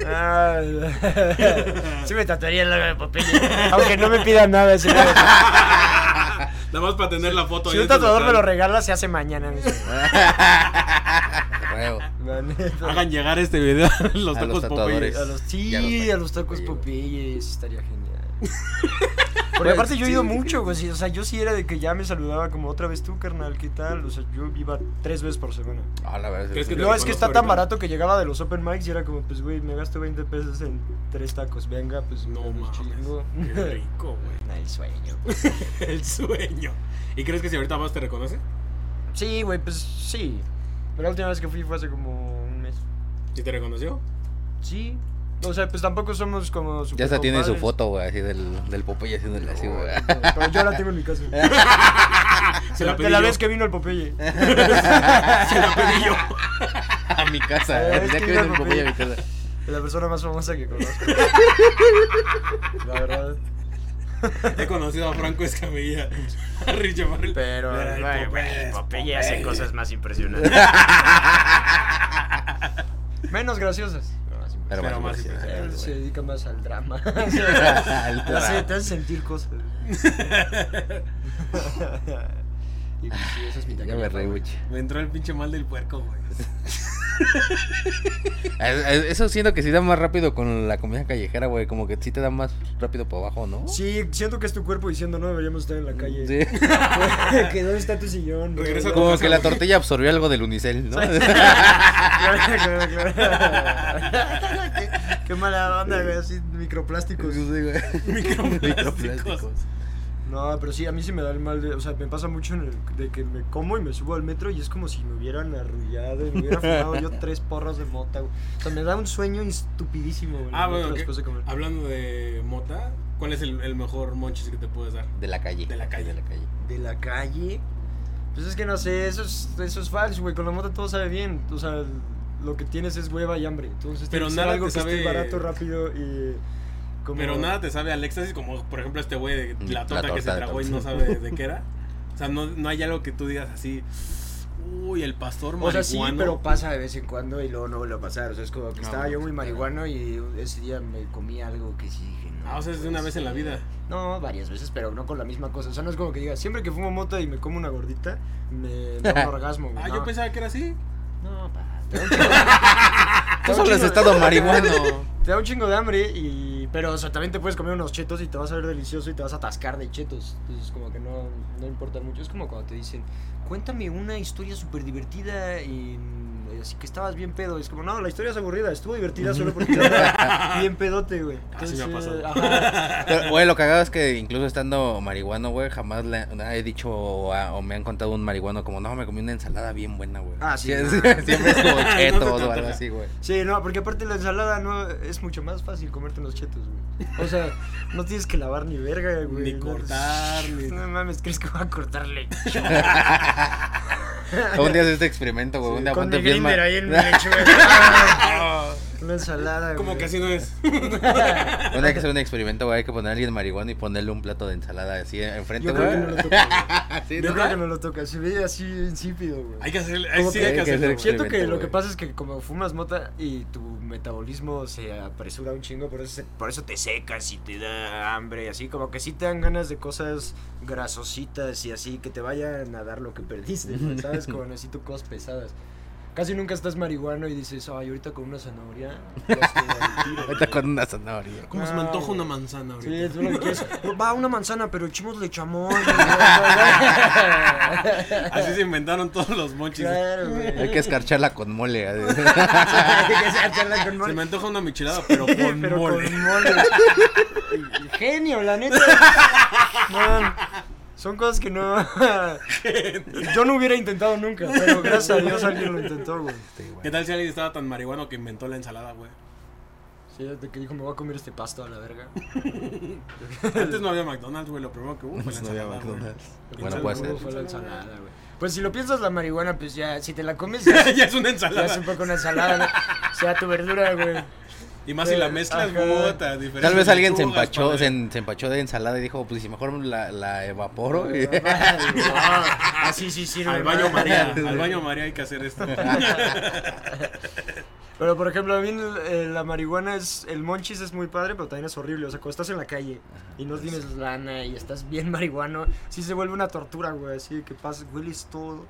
Ah, sí me tatuaría el logo de
[LAUGHS]
Popeye. Aunque no me pidan nada ese logo.
Nada más para tener la foto.
Si
ahí
un
dentro del
tatuador me lo
local.
regala, se hace mañana. güey.
Huevo.
La neta.
Hagan llegar este video [LAUGHS] a los
A los
tacos
tatuadores.
Popeyes.
A los, sí,
Pues, Ya los tacos
a los tacos
Popeye, güey.
Popeye, eso estaría
[LAUGHS]
genial. Porque
Pues,
aparte yo he
sí,
ido
sí,
mucho, güey. sí, O sea, yo sí era de que ya me saludaba como otra vez tú, carnal, ¿qué tal? O sea, yo iba tres veces por semana.
Ah, la verdad.
¿Crees
sí,
que
sí.
te
No, es que
reconozco
está tan
ahorita.
barato que llegaba de los open mics y era como, pues, güey, me gasto 20 pesos en tres tacos. Venga, pues,
No
me los
mames.
chingo. [LAUGHS]
Qué rico, güey. [LAUGHS]
El sueño.
El sueño. ¿Y crees que si ahorita vas te reconoce?
Sí, güey, pues, sí. Pero la última vez que fui fue hace como un mes.
¿Sí te reconoció?
Sí. O sea, pues tampoco somos como
Ya hasta tiene su
supercompadres.
foto, güey, así del, del Popeye haciéndole así, güey.
[LAUGHS] Pero yo la tengo en mi
[LAUGHS]
casa.
Se la
De
pedí
la
yo.
vez que vino el Popeye.
Se la pedí yo.
[LAUGHS] A mi casa.
Eh,
El
es
día
que
que
iba
viene el
a
Popeye a mi
Popeye.
casa.
La persona más famosa que
[LAUGHS]
conozco. La verdad.
He conocido a
[LAUGHS]
Franco Escamilla. A Richie Farrell.
Pero,
Mira, el
Güey, güey,
Popeyes,
Popeye hace
Popeyes.
cosas más
[LAUGHS]
impresionantes.
Menos graciosas.
Pero,
Pero más
más
impresionante,
Él
impresionante,
se
güey.
dedica más al drama.
Ah,
[LAUGHS]
[LAUGHS] Al
Te hace,
drama.
te hace sentir
[LAUGHS]
cosas. y pues, sí, esa es mi
Ya me reí, güey.
Me entró el pinche mal del puerco, güey.
Es- es- Eso siento que sí da más rápido con la comida callejera, güey. Como que sí te da más rápido para abajo, ¿no?
Sí, siento que es tu cuerpo diciendo no deberíamos estar en la calle.
Sí.
[LAUGHS] que dónde está tu sillón.
Regresa
Regresa
Como
[LAUGHS]
que la [LAUGHS] tortilla absorbió algo del unicel, ¿no? [LAUGHS]
claro, claro, [LAUGHS] claro. qué, qué mala onda, güey, así microplásticos.
Microplásticos.
No, pero sí, a mí sí me da el mal de, o sea, me pasa mucho en el- de que me como y me subo al metro y es como si me hubieran arrullado y me hubiera fumado
[LAUGHS]
yo tres porras de mota, güey. O sea, me da un sueño estupidísimo, güey. en
Ah,
el metro
bueno,
después de comer.
que- hablando de mota, ¿cuál es el, el mejor monchis que te puedes dar?
De la calle.
De la calle.
De la calle.
de la calle. Pues es que no sé, eso es, eso es falso, güey. Con la mota todo sabe bien. O sea, lo que tienes es hueva y hambre. Entonces, tiene
Pero
que ser
nada
algo
te
que esté
sabe-
barato, rápido y. Como...
Pero nada te sabe al éxtasis, como por ejemplo este güey de
La
la torta que
torta
se
de
tragó y
torta.
no sabe de qué era. O sea, no, no hay algo que tú digas así. Uy, el pastor
O sea,
marihuano.
sí, pero pasa de vez en cuando y luego no vuelve a pasar. O sea, es como que
No,
estaba yo muy
claro.
marihuano y ese día me comí algo que sí dije, no.
Ah, o sea, es de una
pues,
vez en la vida.
No, varias veces, pero no con la misma cosa. O sea, no es como que diga, siempre que fumo mota y me como una gordita, me
[LAUGHS]
da un orgasmo, güey.
Ah,
no.
yo pensaba que era así.
No, pa.
[LAUGHS]
Te da un
Tú solo has
chingo-
estado marihuano.
[LAUGHS] Te da un chingo de hambre y... Pero, o sea, también te puedes comer unos chetos y te vas a ver delicioso y te vas a atascar de chetos. Entonces, como que no, no importa mucho. Es como cuando te dicen, cuéntame una historia súper divertida y... mm, Así que estabas bien pedo. Es como, no, la historia es aburrida. Estuvo divertida solo
[LAUGHS]
porque estaba bien pedote, güey.
Así me ha
Entonces,
pasado.
ajá.
Pero, Güey, lo cagado es que incluso estando marihuano, güey, jamás le na- he dicho o, a- o me han contado un marihuano como, no, me comí una ensalada bien buena, güey.
Ah, sí.
Sie- Siempre, es como
No se
chetos o
trata.
algo así, güey.
Sí, no, porque aparte la ensalada no es mucho más fácil comerte unos chetos, güey. O sea, no tienes que lavar ni verga, güey.
Ni
No,
cortar, ni-
No mames, ¿crees que voy a cortarle?
Un día haces este experimento, güey. un día
Con
ponte
mi
bien
grinder
ma-
ahí en
[LAUGHS]
mi lechuga. Una ensalada,
Ah, Como
güey.
que así no es.
Un día hay que hacer un experimento, güey. Hay que poner a alguien marihuano y ponerle un plato de ensalada así enfrente,
Yo creo que no lo
güey.
toca. güey.
[LAUGHS] Así,
Yo
¿no?
creo que no lo toca. Se ve así insípido, güey.
Hay que hacer. ahí
Como
sí,
que-
hay que
hay que
hacerlo,
hacer
güey.
Siento que
experimento,
lo que
güey.
pasa es que como fumas mota y tu metabolismo se apresura un chingo, por eso, se- por eso te secas y te da hambre, y así como que sí te dan ganas de cosas [LAUGHS] grasositas y así que te vayan a dar lo que perdiste, güey, ¿sabes? Como necesito cosas pesadas. Casi nunca estás marihuano y dices, ay, ahorita con una zanahoria. ya estoy al tiro".
Ahorita con una zanahoria.
Como se me antoja una manzana
[LAUGHS] Sí,
ahorita.
es lo que quieres. Va una manzana, pero echemos de [LAUGHS] chamón.
[LAUGHS] Así se inventaron todos los monchis.
claro, güey.
Hay
[LAUGHS]
que escarcharla con mole. así.
que se charla con
Se
mole.
me antoja una michelada, pero con
pero
mole.
con mole. Genio, la neta. Man, son cosas que no. Yo no hubiera intentado nunca, pero gracias a Dios alguien lo intentó, güey.
¿Qué tal si alguien estaba tan marihuano que inventó la ensalada, güey?
Sí, de que dijo, me voy a comer este pasto a la verga.
Antes no había McDonald's, güey. Lo primero que hubo fue la
No había
ensalada, güey.
McDonald's.
Entonces,
Bueno, puede
luego
ser.
fue la ensalada, güey. Pues si lo piensas, la marihuana, pues ya, si te la comes, ya,
[LAUGHS] ya es una
ya es un
ensalada.
poco una ensalada, ¿no? o sea, tu verdura, güey.
Y más si la
Ajá.
mezclas, puta, diferente.
Tal vez alguien se
lechugas,
empachó,
padre.
se, en- se empachó de ensalada y dijo, pues si mejor la, la evaporo.
Ay,
Pero
no, Así Ah, sí sirve.
Al baño
madre. [LAUGHS]
María, al baño María hay que hacer esto.
Pero por ejemplo, a mí el- eh, la marihuana es. El monchis es muy padre, pero también es horrible. O sea, cuando estás en la calle y no tienes lana y estás bien [LAUGHS] marihuano, sí se vuelve una tortura, güey. Así que pasa, hueles todo.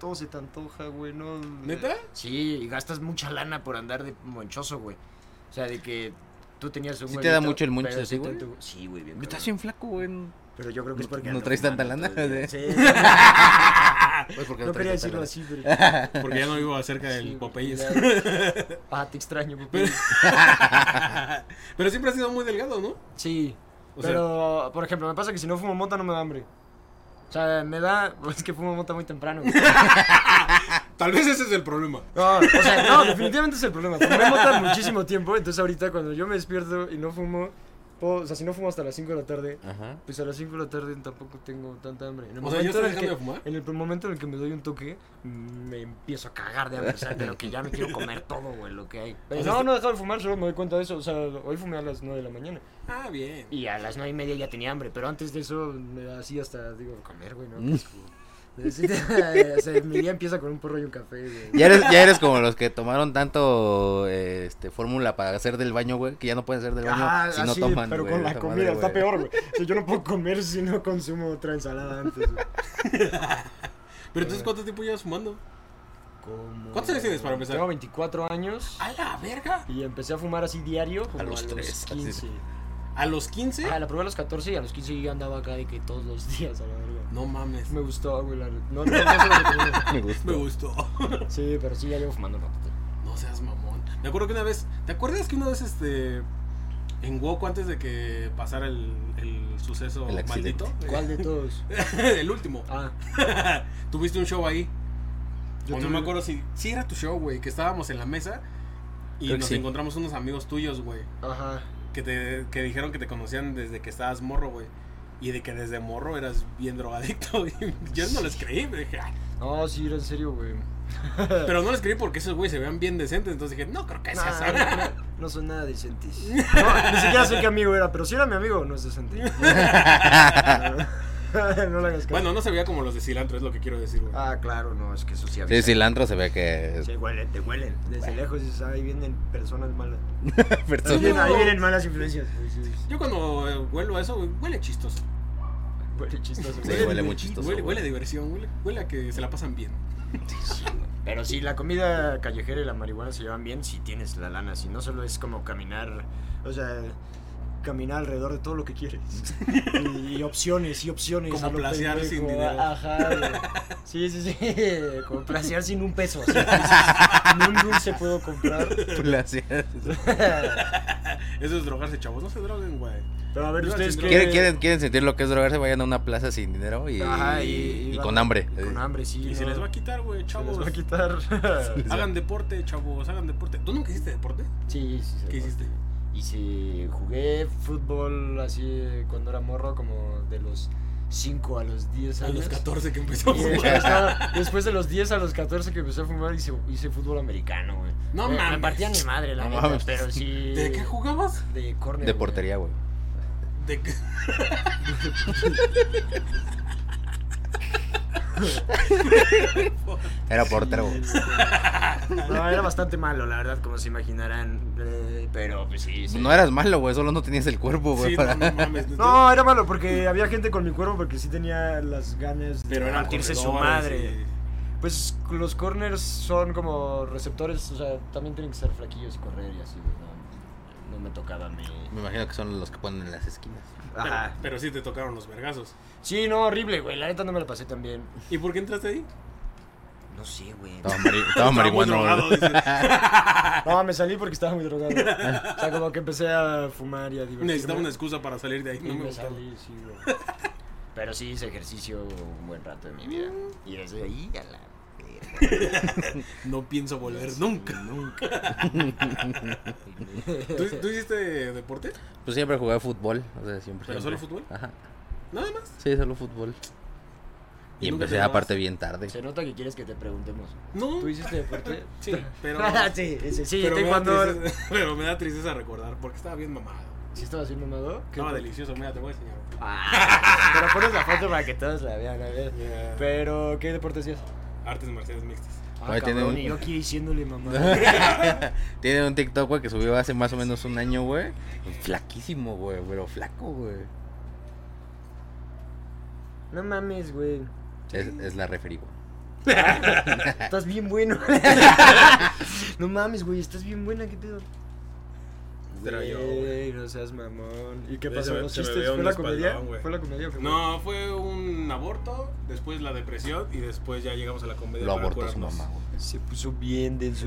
Todo se te antoja, güey. No,
¿Neta?
Sí, y gastas mucha lana por andar de monchoso, güey. O sea, de que tú tenías un
¿Sí te da
huevito,
mucho el moncho
pero
así,
sí te
güey?
tu- Sí, güey, bien.
Estás
cabrón.
bien flaco, güey. No,
Pero yo creo que es porque.
no
ando
traes tanta
fumando
lana.
todo el día.
[LAUGHS] Pues
Sí,
Ah, porque
no quería
traes
decirlo
tanta
así, pero.
Porque ya no vivo acerca
Sí,
del
güey,
Popeyes.
ya. [LAUGHS] Ah, te extraño,
[LAUGHS]
Popeyes.
[LAUGHS] Pero siempre has sido muy delgado, ¿no?
Sí.
O sea-
pero, por ejemplo, me pasa que si no fumo mota no me da hambre. O sea, me da. [LAUGHS] Es que fumo mota muy temprano. güey.
Tal vez ese es el problema.
No, o sea, no, definitivamente es el problema. Tomé mota muchísimo tiempo, entonces ahorita cuando yo me despierto y no fumo, puedo- o sea, si no fumo hasta las 5 de la tarde,
Ajá.
pues a las 5 de la tarde tampoco tengo tanta hambre. En el
O sea, ¿ya
momento
estás
en el que-
dejando de fumar?
En el momento en el que me doy un toque, mm, me empiezo a cagar de hambre, o sea,
Pero que ya me quiero comer todo, güey, lo que hay.
pero
O sea,
no,
este-
no he dejado de fumar, solo me doy cuenta de eso. O sea, hoy fumé a las 9 de la mañana.
Ah, bien.
Y a las nueve y media ya tenía hambre, pero antes de eso
Me así hasta, digo, comer, güey, ¿no?
Mm.
Que es como- [LAUGHS] o sea, mi día empieza con un porro y un café, güey.
Ya eres, ya eres como los que tomaron tanto eh, este, fórmula para hacer del baño, güey, que ya no pueden hacer del baño
Ah,
si no
así,
toman.
pero
güey,
con la
esa
comida
madre,
está
güey.
peor, güey. O sea, yo no puedo comer si no consumo otra ensalada antes, güey.
Pero entonces, ¿cuánto tiempo llevas fumando?
Como-
¿Cuántos años tienes para empezar? Ah.
Tengo 24 años
¡A la verga!
y empecé a fumar así diario como a
los
los,
tres, así.
15.
¿A los 15?
Ah, la probé a los 14 y a los 15 yo andaba acá de que todos los días a la verga.
No mames.
Me gustó, güey, la No, no, no, se lo recomiendo.
Me gusta.
Me gustó.
[LAUGHS]
Sí, pero sí, ya llevo fumando un ratito.
No seas mamón. Me acuerdo que una vez. ¿Te acuerdas que una vez este. En Woco, antes de que pasara el, el suceso
El accidente.
maldito? [LAUGHS]
¿Cuál [LAUGHS] de todos?
el último.
Ah,
Tuviste un show ahí.
Yo
O no
tuve-
me acuerdo si. Sí, era tu show, güey. Que estábamos en la mesa. Y
Creo que
nos
sí.
encontramos unos amigos tuyos, güey.
ajá.
Que, te, que dijeron que te conocían desde que estabas morro, güey. Y de que desde morro eras bien drogadicto. [LAUGHS] Y yo no les creí, me dije, "Ah".
No, sí, era en serio, güey.
pero no les creí porque esos güey se vean bien decentes. Entonces dije, no creo que sea
Nah, no,
eso.
no, no son nada
[LAUGHS]
decentes. No, ni siquiera sé qué amigo era, pero si era mi amigo, no es
[LAUGHS]
decente. [LAUGHS] no la hagas caso.
Bueno, no se veía como los de cilantro, es lo que quiero decir, güey.
Ah, claro, no, es que eso sí
Sí,
avisa.
cilantro se ve que es
Se huelen, te huelen. Desde lejos dices, ahí vienen personas malas. [LAUGHS] Ahí
persona.
vienen, ahí vienen malas influencias. Sí, sí, sí.
Yo cuando eh, huelo a eso, güey, huele chistoso.
Huele chistoso.
Sí,
güey.
huele muy
divertido,
chistoso,
Huele,
güey.
huele a diversión, huele, huele a que se la pasan bien.
Pero
Si
sí,
la comida callejera y la marihuana se llevan bien, si tienes la lana, si no solo es como caminar, o sea, caminar alrededor de todo lo que
[LAUGHS]
quieres. Y, y opciones, y opciones.
Como
a lo
placear sin dinero.
Ajá, güey. Sí, sí, sí. [LAUGHS] Como placear sin un peso. así, pues,
[LAUGHS]
Ni un dulce puedo comprar.
Gracias.
Eso es drogarse, chavos. No se droguen, güey.
Pero a ver,
Yo
ustedes
sin
qué...
¿Quieren, quieren, quieren sentir lo que es drogarse? Vayan a una plaza sin dinero y,
Ajá, y,
y
van-
con hambre.
y Con hambre, sí.
Y se
no,
les va a quitar, güey,
se les
chavos.
va a
[LAUGHS]
quitar.
Hagan deporte, chavos, hagan deporte. ¿Tú nunca hiciste deporte?
sí, sí. se
¿Qué
les va.
hiciste?
Y si jugué fútbol así cuando era morro, como de los 5 a los 10
A
años.
los 14 que
[LAUGHS]
empezó a
Y
jugar.
después, no, después de los 10 a los 14 que empecé a fumar hice, hice fútbol americano, güey.
No
me,
mames.
Me partía mi madre, la
No
neta,
mames.
pero sí...
[LAUGHS] ¿De qué jugabas?
De córner,
De
güey.
portería, güey.
¿De qué?
Era portero, güey.
No, Ah, era bastante malo, la verdad, como se imaginarán. eh, pero, pues sí, sí.
No eras malo, güey. Solo no tenías el cuerpo, güey.
Sí, no,
para-
no mames.
[LAUGHS] [LAUGHS] No, era malo porque había gente con mi cuerpo porque sí tenía las ganas de
pero eran
partirse su
corredores
madre.
y-
Pues los corners son como receptores, o sea, también tienen que ser flaquillos y correr y así, güey. No, no me tocaba mi...
Me imagino que son los que ponen en las esquinas.
Pero,
Ajá.
pero sí te tocaron los vergazos.
Sí, no, horrible, güey. La neta no me la pasé tan bien.
¿Y por qué entraste ahí?
No sé, güey.
Estaba, mari- estaba
muy
marihuano.
drogado,
güey.
dice.
[LAUGHS]
No, me salí porque estaba muy drogado. O sea, como que empecé a fumar y a divertirme.
Necesitaba una excusa para salir de ahí.
Y
No me
me
gustaba.
salí, sí, güey. Pero sí hice ejercicio un buen rato de mi vida.
Mm.
Y desde ahí a la... verga.
No pienso volver nunca.
Nunca.
[LAUGHS] ¿Tú, tú hiciste deporte?
Pues siempre jugué fútbol. O sea, siempre.
¿Pero
siempre.
solo fútbol?
Ajá.
Nada más.
Sí, solo fútbol. Y,
¿Y nunca
empecé
te
aparte bien tarde.
Se nota que quieres que te preguntemos.
No.
¿Tú hiciste deporte?
Sí,
[LAUGHS]
pero.
sí, sí, sí,
pero, me da
cuando...
tristeza, [LAUGHS] pero me da tristeza recordar porque estaba bien mamado.
¿Sí estabas bien mamado?
Estaba delicioso, mira, te voy a enseñar.
Ah, pero pones la foto para que todos la vean, a ver.
Ya.
Pero, ¿qué deporte hacías? Ah,
Artes marciales mixtas.
Ahí tiene un-
y yo aquí diciéndole mamá.
Tiene un TikTok, güey, que subió hace más o menos un año, güey. Flaquísimo, güey, pero flaco, güey.
No mames, güey.
Es, es la referí, güey.
Estás bien bueno. no mames, güey, estás bien buena, qué pedo.
Era yo,
Güey, no seas mamón. ¿Y qué
Sí,
pasó?
se me-
¿Los
se me
chistes?
veía
¿Fue
un
la comedia?
espaldón, güey.
¿Fue la comedia? o qué fue?
No, fue un aborto, después la depresión y después ya llegamos a la comedia.
Lo
para
abortó su
curarnos.
mamá, güey.
Se puso bien
[LAUGHS]
denso.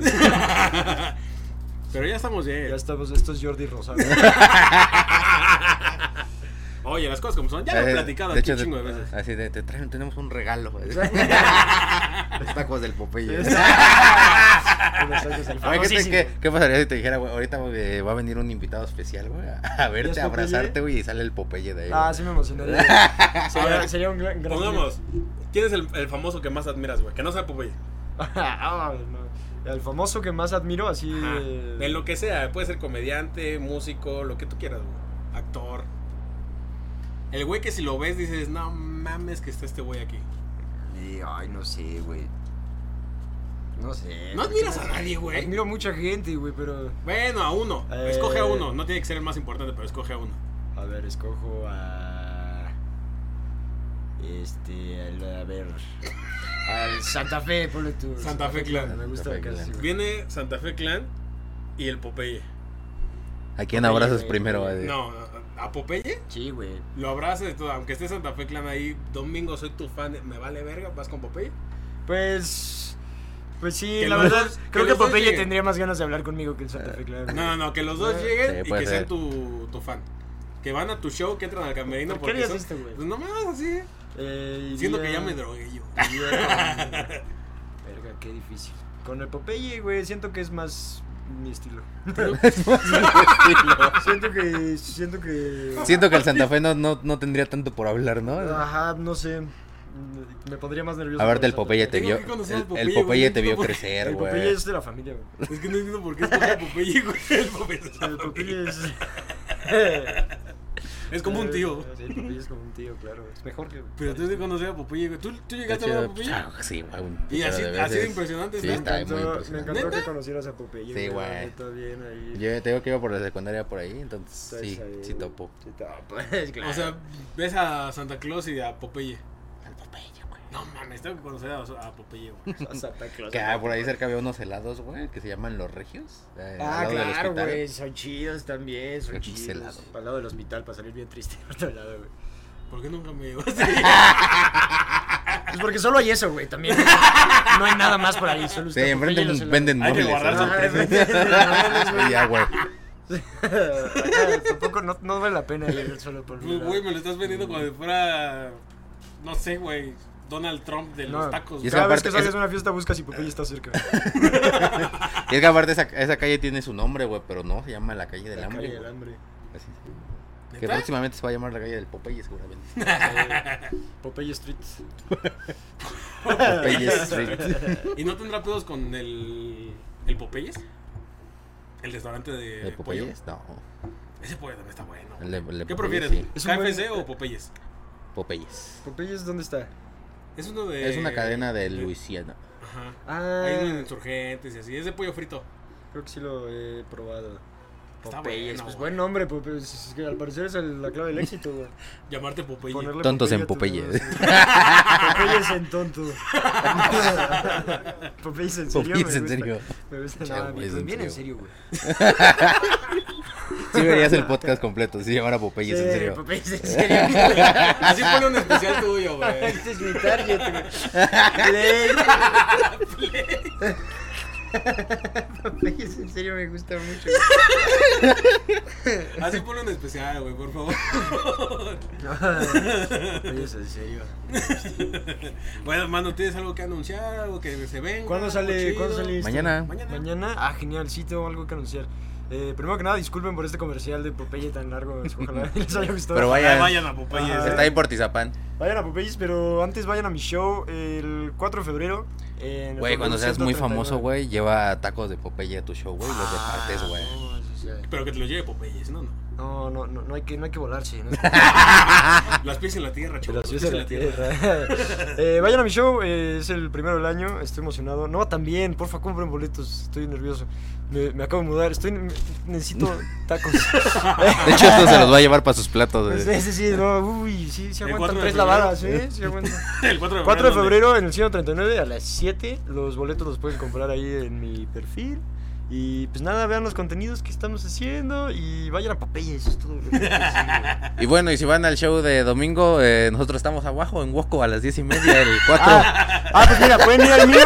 Pero ya estamos bien.
ya estamos, esto es Jordi
[LAUGHS]
[LAUGHS]
Rosado.
Oye, las cosas como son, ya lo he
Eh,
platicado
de
aquí
hecho,
un chingo de
te-
veces.
Así de, te traen, tenemos un regalo, güey. [LAUGHS] Los tacos del Popeye.
Con los ojos al-
[LAUGHS] Oye, ¿qué, te-
Famosísimo.
qué- qué pasaría si te dijera, güey, ahorita güey, va a venir un invitado especial, güey, a- a verte,
Popeye?
a abrazarte, güey, y sale el Popeye de ahí.
Ah,
güey.
sí me
[LAUGHS]
emocionaría. sería, sería un gran... gran-
Pongamos, ¿quién es el, el famoso que más admiras, güey? Que no sea Popeye.
Ah, no. El famoso que más admiro, así...
Ajá.
eh,
En lo que sea, puede ser comediante, músico, lo que tú quieras, güey. Actor. El güey que si lo ves dices, no mames que está este güey aquí.
[LAUGHS] Y, ay, no sé, güey. No sé.
No
güey,
admiras
¿qué
a
más?
nadie, güey.
Admiro mucha gente, güey, pero.
Bueno, a uno.
Eh.
Escoge a uno. No tiene que ser el más importante, pero escoge a uno.
A ver, escojo a. Este. al- a ver. Al Santa Fe, ponle tú.
Santa Fe Clan.
Me gusta
Santa Fe
casi.
Clan.
güey.
Viene Santa Fe Clan y el Popeye.
¿A quién
Popeye,
abrazas
güey,
primero?
Popeye.
güey?
No, a Popeye
Sí, güey.
lo abrazas de todo. Aunque esté Santa Fe Clan ahí, domingo soy tu fan, me vale verga, vas con Popeye.
Pues. Pues sí,
Que
la
los
verdad.
dos- [LAUGHS] que
creo que
los dos
Popeye
lleguen.
tendría más ganas de hablar conmigo que el Santa Fe Clan. güey.
Ah. No, no, no, que los dos
Sí,
lleguen y
Ah, puede
que sean
ser.
tu, tu fan. Que van a tu show, que entran al camerino
¿Por qué
porque
harías
son...
esto, güey?
Pues no me hagas así.
Eh,
Siento que
iría-
ya me drogué yo.
Verga, qué difícil. Con el Popeye, güey, siento que es más mi estilo. [LAUGHS] siento que. Siento que.
Siento que el Santa Fe no, no, no tendría tanto por hablar, ¿no?
Ajá, no sé. Me pondría más nervioso.
A
por
verte el
Santa
Popeye
Fe.
te
Tengo
vio.
que conocer
El,
al Popeye,
el
güey,
Popeye te
no
vio
puedo-
crecer,
El
güey.
Popeye es de la familia, güey.
[LAUGHS] Es que no entiendo por qué es como Popeye, güey. El Popeye es,
El Popeye es.
[LAUGHS] es como un tío.
Sí, el Popeye es como un tío, claro. Es mejor que.
Pero tú de conocer a Popeye, güey. ¿Tú, tú
Está
llegaste a ver a
chido.
Popeye?
Ah, Sí, güey. un
Y
putero
así,
de
así de
veces.
impresionante
Sí,
está.
está muy
me
impresionante.
encantó
¿Neta?
que conocieras a Popeye.
Sí,
la
güey.
neta, bien ahí.
Yo te digo que iba por la secundaria por ahí, entonces
Estás
sí,
ahí, [LAUGHS]
sí topo.
Sí, topas,
pues,
claro.
O sea, ves a Santa Claus y a Popeye.
Al Popeye, güey.
No mames, tengo que conocer a, a Popeye, güey.
Santa Claus.
Que ah, por ahí cerca había unos helados, güey, que se llaman los regios. eh,
Ah,
al lado del
claro,
hospital.
güey. Son chidos también. Son
Pinche
chidos.
helado.
Al lado del hospital, para salir bien triste. [LAUGHS] Al lado, güey.
¿Por qué nunca me llevaste?
[LAUGHS]
Pues porque solo hay eso, güey, también. No hay nada más por ahí, solo
Sí,
está
enfrente
Popeye y los
un- venden
Hay que
móviles.
guardar
¿no?
helados. Ajá, venden helados, güey.
Y ya,
[LAUGHS]
güey.
Ajá, Tampoco no, no vale la pena leer solo por un
Güey,
helado.
Pues, güey, me lo estás vendiendo como si fuera. No sé, güey. Donald Trump de los
No.
tacos.
Y
güey.
esa
Cada vez
parte-
que Ah, sales
es-
de una fiesta buscas si Popeye está cerca.
Y es que aparte esa, esa calle tiene su nombre, güey, pero no, se llama la calle del
La
hambre.
calle del
güey.
[LAUGHS]
hambre.
Así. Que
¿Neta?
próximamente se va a llamar la calle del Popeye, seguramente.
Eh, Popeye Street.
Popeye Street.
¿Y no tendrá pedos con el. el Popeyes? El restaurante de.
¿El
pollo?
Popeye? No.
Ese pollo también está bueno.
El de- el de
¿Qué
Popeye,
prefieres?
sí.
Es un buen-
¿KFC o Popeyes?
Popeyes.
¿Popeyes dónde está?
Es uno de.
Eh,
Es una cadena de
[LAUGHS]
Luisiana.
Ajá.
Ah,
Hay unos insurgentes y así. Es de pollo frito.
creo que sí lo he probado.
Está
Popeyes,
bueno,
pues
güey.
buen nombre, pues, pero es es que al parecer es el- la clave del éxito, güey.
Llamarte Popeye.
Ponerle
Tontos en
Popeye a tu-
Popeyes en tonto. [LAUGHS] Popeyes en serio.
Popeyes
me
en
gusta.
serio.
Me gusta
Che,
nada,
güey,
pues,
es en
bien en
serio.
serio, güey.
Sí verías el podcast completo, si llamara Popeyes, en
Sí,
serio.
Popeyes en
[LAUGHS]
serio.
[LAUGHS] Así pone un especial tuyo,
[LAUGHS]
güey.
Este es mi target, güey. Play. Popeyes en serio me gusta mucho. güey.
Así pone un especial, güey, por favor. [LAUGHS]
Popeyes en serio.
Bueno, hermano, ¿tienes algo que anunciar? ¿Algo que se venga?
¿Cuándo
algo
sale?
chido?
¿Cuándo sale? esto?
Mañana.
Mañana.
Mañana, ah, genial, sí tengo algo que anunciar. Eh, primero que nada, disculpen por este comercial de Popeye tan largo. Ojalá [LAUGHS] les haya gustado.
Pero
Ah,
vayan,
vayan a Popeye.
Ajá.
está ahí por Tizapán.
Vayan a Popeyes, pero antes vayan a mi show el 4 de febrero. en el
Güey, cuando seas
139.
muy famoso, güey, lleva tacos de Popeye a tu show, güey, y los repartes, güey.
Ah, No, eso sí.
Pero que te lo lleve Popeyes, ¿no? no.
No, no, no, no hay que, no hay que volarse.
[LAUGHS]
¿no?
Las pies en la tierra,
Te
chicos.
las pies en la tierra. [LAUGHS] Eh, vayan a mi show, eh, es el primero del año, estoy emocionado. No, también, porfa, compren boletos, estoy nervioso. Me, me acabo de mudar, estoy ne-
[LAUGHS]
necesito tacos.
De hecho, esto se los va a llevar para sus platos, güey.
Ah. Pues sí, sí, sí, no, uy, sí, sí
¿El
aguantan
4 de
tres
febrero?
lavadas, ¿eh? Sí aguantan.
[LAUGHS] El 4 de febrero.
4 de
¿dónde?
febrero en el 139 a las 7. Los boletos los pueden comprar ahí en mi perfil. Y pues nada, vean los contenidos que estamos haciendo y vayan a Popeye, eso es todo. lo que quiero decir,
[LAUGHS]
güey.
Y bueno, y si van al show de domingo, eh, nosotros estamos abajo en Huasco a las 10 y media, el 4.
Ah, ah, pues mira, pueden ir al mío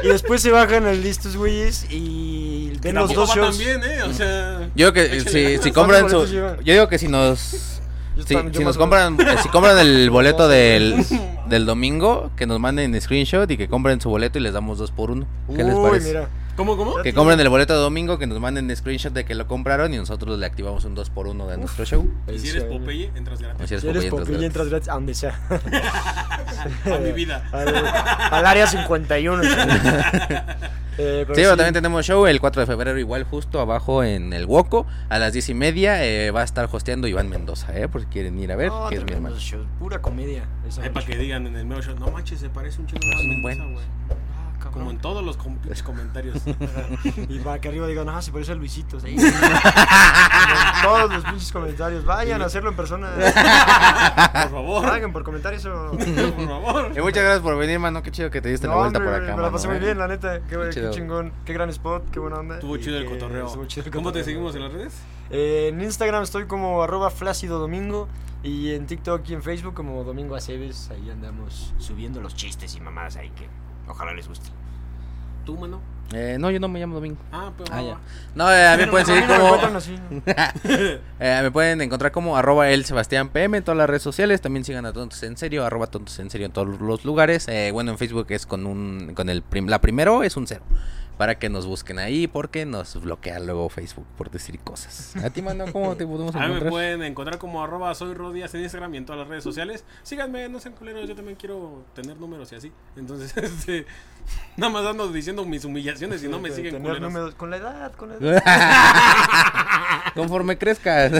y después se bajan al listos güeyes y
Que
ven los dos
tampoco va
shows.
tan bien, ¿eh? O sea.
Yo creo que
Échale.
si, si compran
¿Cuántos
su...
boletos llevan?
Yo digo que si nos...
Yo
Si,
tam- yo
si
más
nos
o
compran, eh, si compran
[LAUGHS]
el boleto del, del domingo, que nos manden screenshot y que compren su boleto y les damos dos por uno. ¿Qué les
Uy,
parece?
mira.
¿Cómo, cómo?
Que compren el boleto de domingo, que nos manden screenshot de que lo compraron y nosotros le activamos un 2x1 de nuestro show.
Y si eres Popeye, entras
O
gratis.
si eres
Si eres
Popeye, entonces
Popeye,
gratis.
entras gratis a donde
[LAUGHS]
sea. eh,
A mi vida.
Al, al área [LAUGHS] 51. sí. Eh, pero
Sí, pero también tenemos show el 4 de febrero, igual justo abajo en el Woco, a las 10 y media eh, va a estar hosteando Iván Mendoza, eh, por si quieren ir a ver,
No,
que es mi hermano.
tremendos shows, pura comedia. esa
Ahí para que digan en el medio show, no manches, se parece un chico
Pues
más
son
Mendoza,
buenos.
güey.
Ah, cabrón.
Como en todos
[LAUGHS]
los com- pinches comentarios.
Y para que arriba digan, ah, se parece a Luisito.
[LAUGHS]
sí. Todos los pinches comentarios. Vayan a hacerlo en persona.
[LAUGHS]
Ah,
[LAUGHS] Por favor.
Paguen por comentar eso.
Por favor.
Eh, muchas gracias por venir, mano, qué chido que te diste la
No,
vuelta
hombre,
por acá.
Me la pasé
mano,
muy bien,
eh.
la neta. Qué,
Qué
qué
chido.
chingón. Qué gran spot. Qué buena onda.
Estuvo
Y
chido el
que-
cotorreo.
estuvo chido el
¿Cómo te
cotorreo.
seguimos en las redes?
Eh, en Instagram estoy como arroba flácido domingo. Y en TikTok y en Facebook como Domingo Aceves. Ahí andamos subiendo los chistes y mamadas ahí que ojalá les guste.
Tú, mano.
Eh, no, yo no me llamo Domingo.
Ah, pero.
Ah, ya. No, eh, a mí me pueden seguir
A mí no me
como...
encuentran así.
Eh, me pueden encontrar como arroba el Sebastián PM en todas las redes sociales. También sigan a Tontos en Serio, arroba Tontos en Serio en todos los lugares. Eh, bueno, en Facebook es con un, con el prim- la primero es un cero. Para que nos busquen ahí, porque nos bloquea luego Facebook por decir cosas. A ti, mano, ¿cómo te
[LAUGHS]
podemos
A mí me
encontrar?
pueden encontrar como arroba soy Rodías en Instagram y en todas las redes sociales. Síganme, no sean culeros, yo también quiero tener números y así. Entonces, [LAUGHS] este, nada más ando diciendo mis humillaciones y no me
De
siguen
tener
culeros.
números- Con la edad,
[LAUGHS]
con la edad.
Conforme crezcas.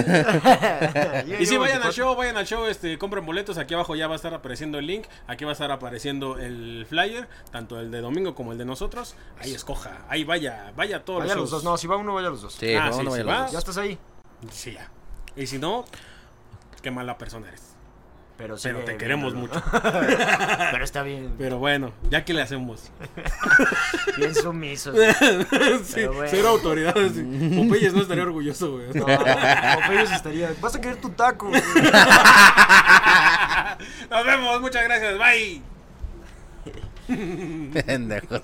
[LAUGHS]
Y si vayan al show, vayan al show, este, compren boletos, aquí abajo ya va a estar apareciendo el link, aquí va a estar apareciendo el flyer, tanto el de domingo como el de nosotros. Ahí escoja, ahí vaya, vaya a todos
Vaya los
shows.
dos, no, si va uno, vaya los dos.
Sí,
Ah,
no,
sí, sí,
no vayan los
va.
dos.
Ya estás ahí.
Sí, ya. Y si no, qué mala persona eres.
Pero,
Pero te queremos mucho.
Pero está bien.
Pero bueno, ya que le hacemos.
Bien
[LAUGHS]
sumiso.
[LAUGHS] Sí,
Pero bueno.
cero autoridad. sí.
[LAUGHS]
Popeyes no estaría orgulloso, güey.
No, Popeyes estaría. Vas a querer tu taco. güey. [LAUGHS]
Nos vemos, muchas gracias, bye.
[LAUGHS] Pendejos.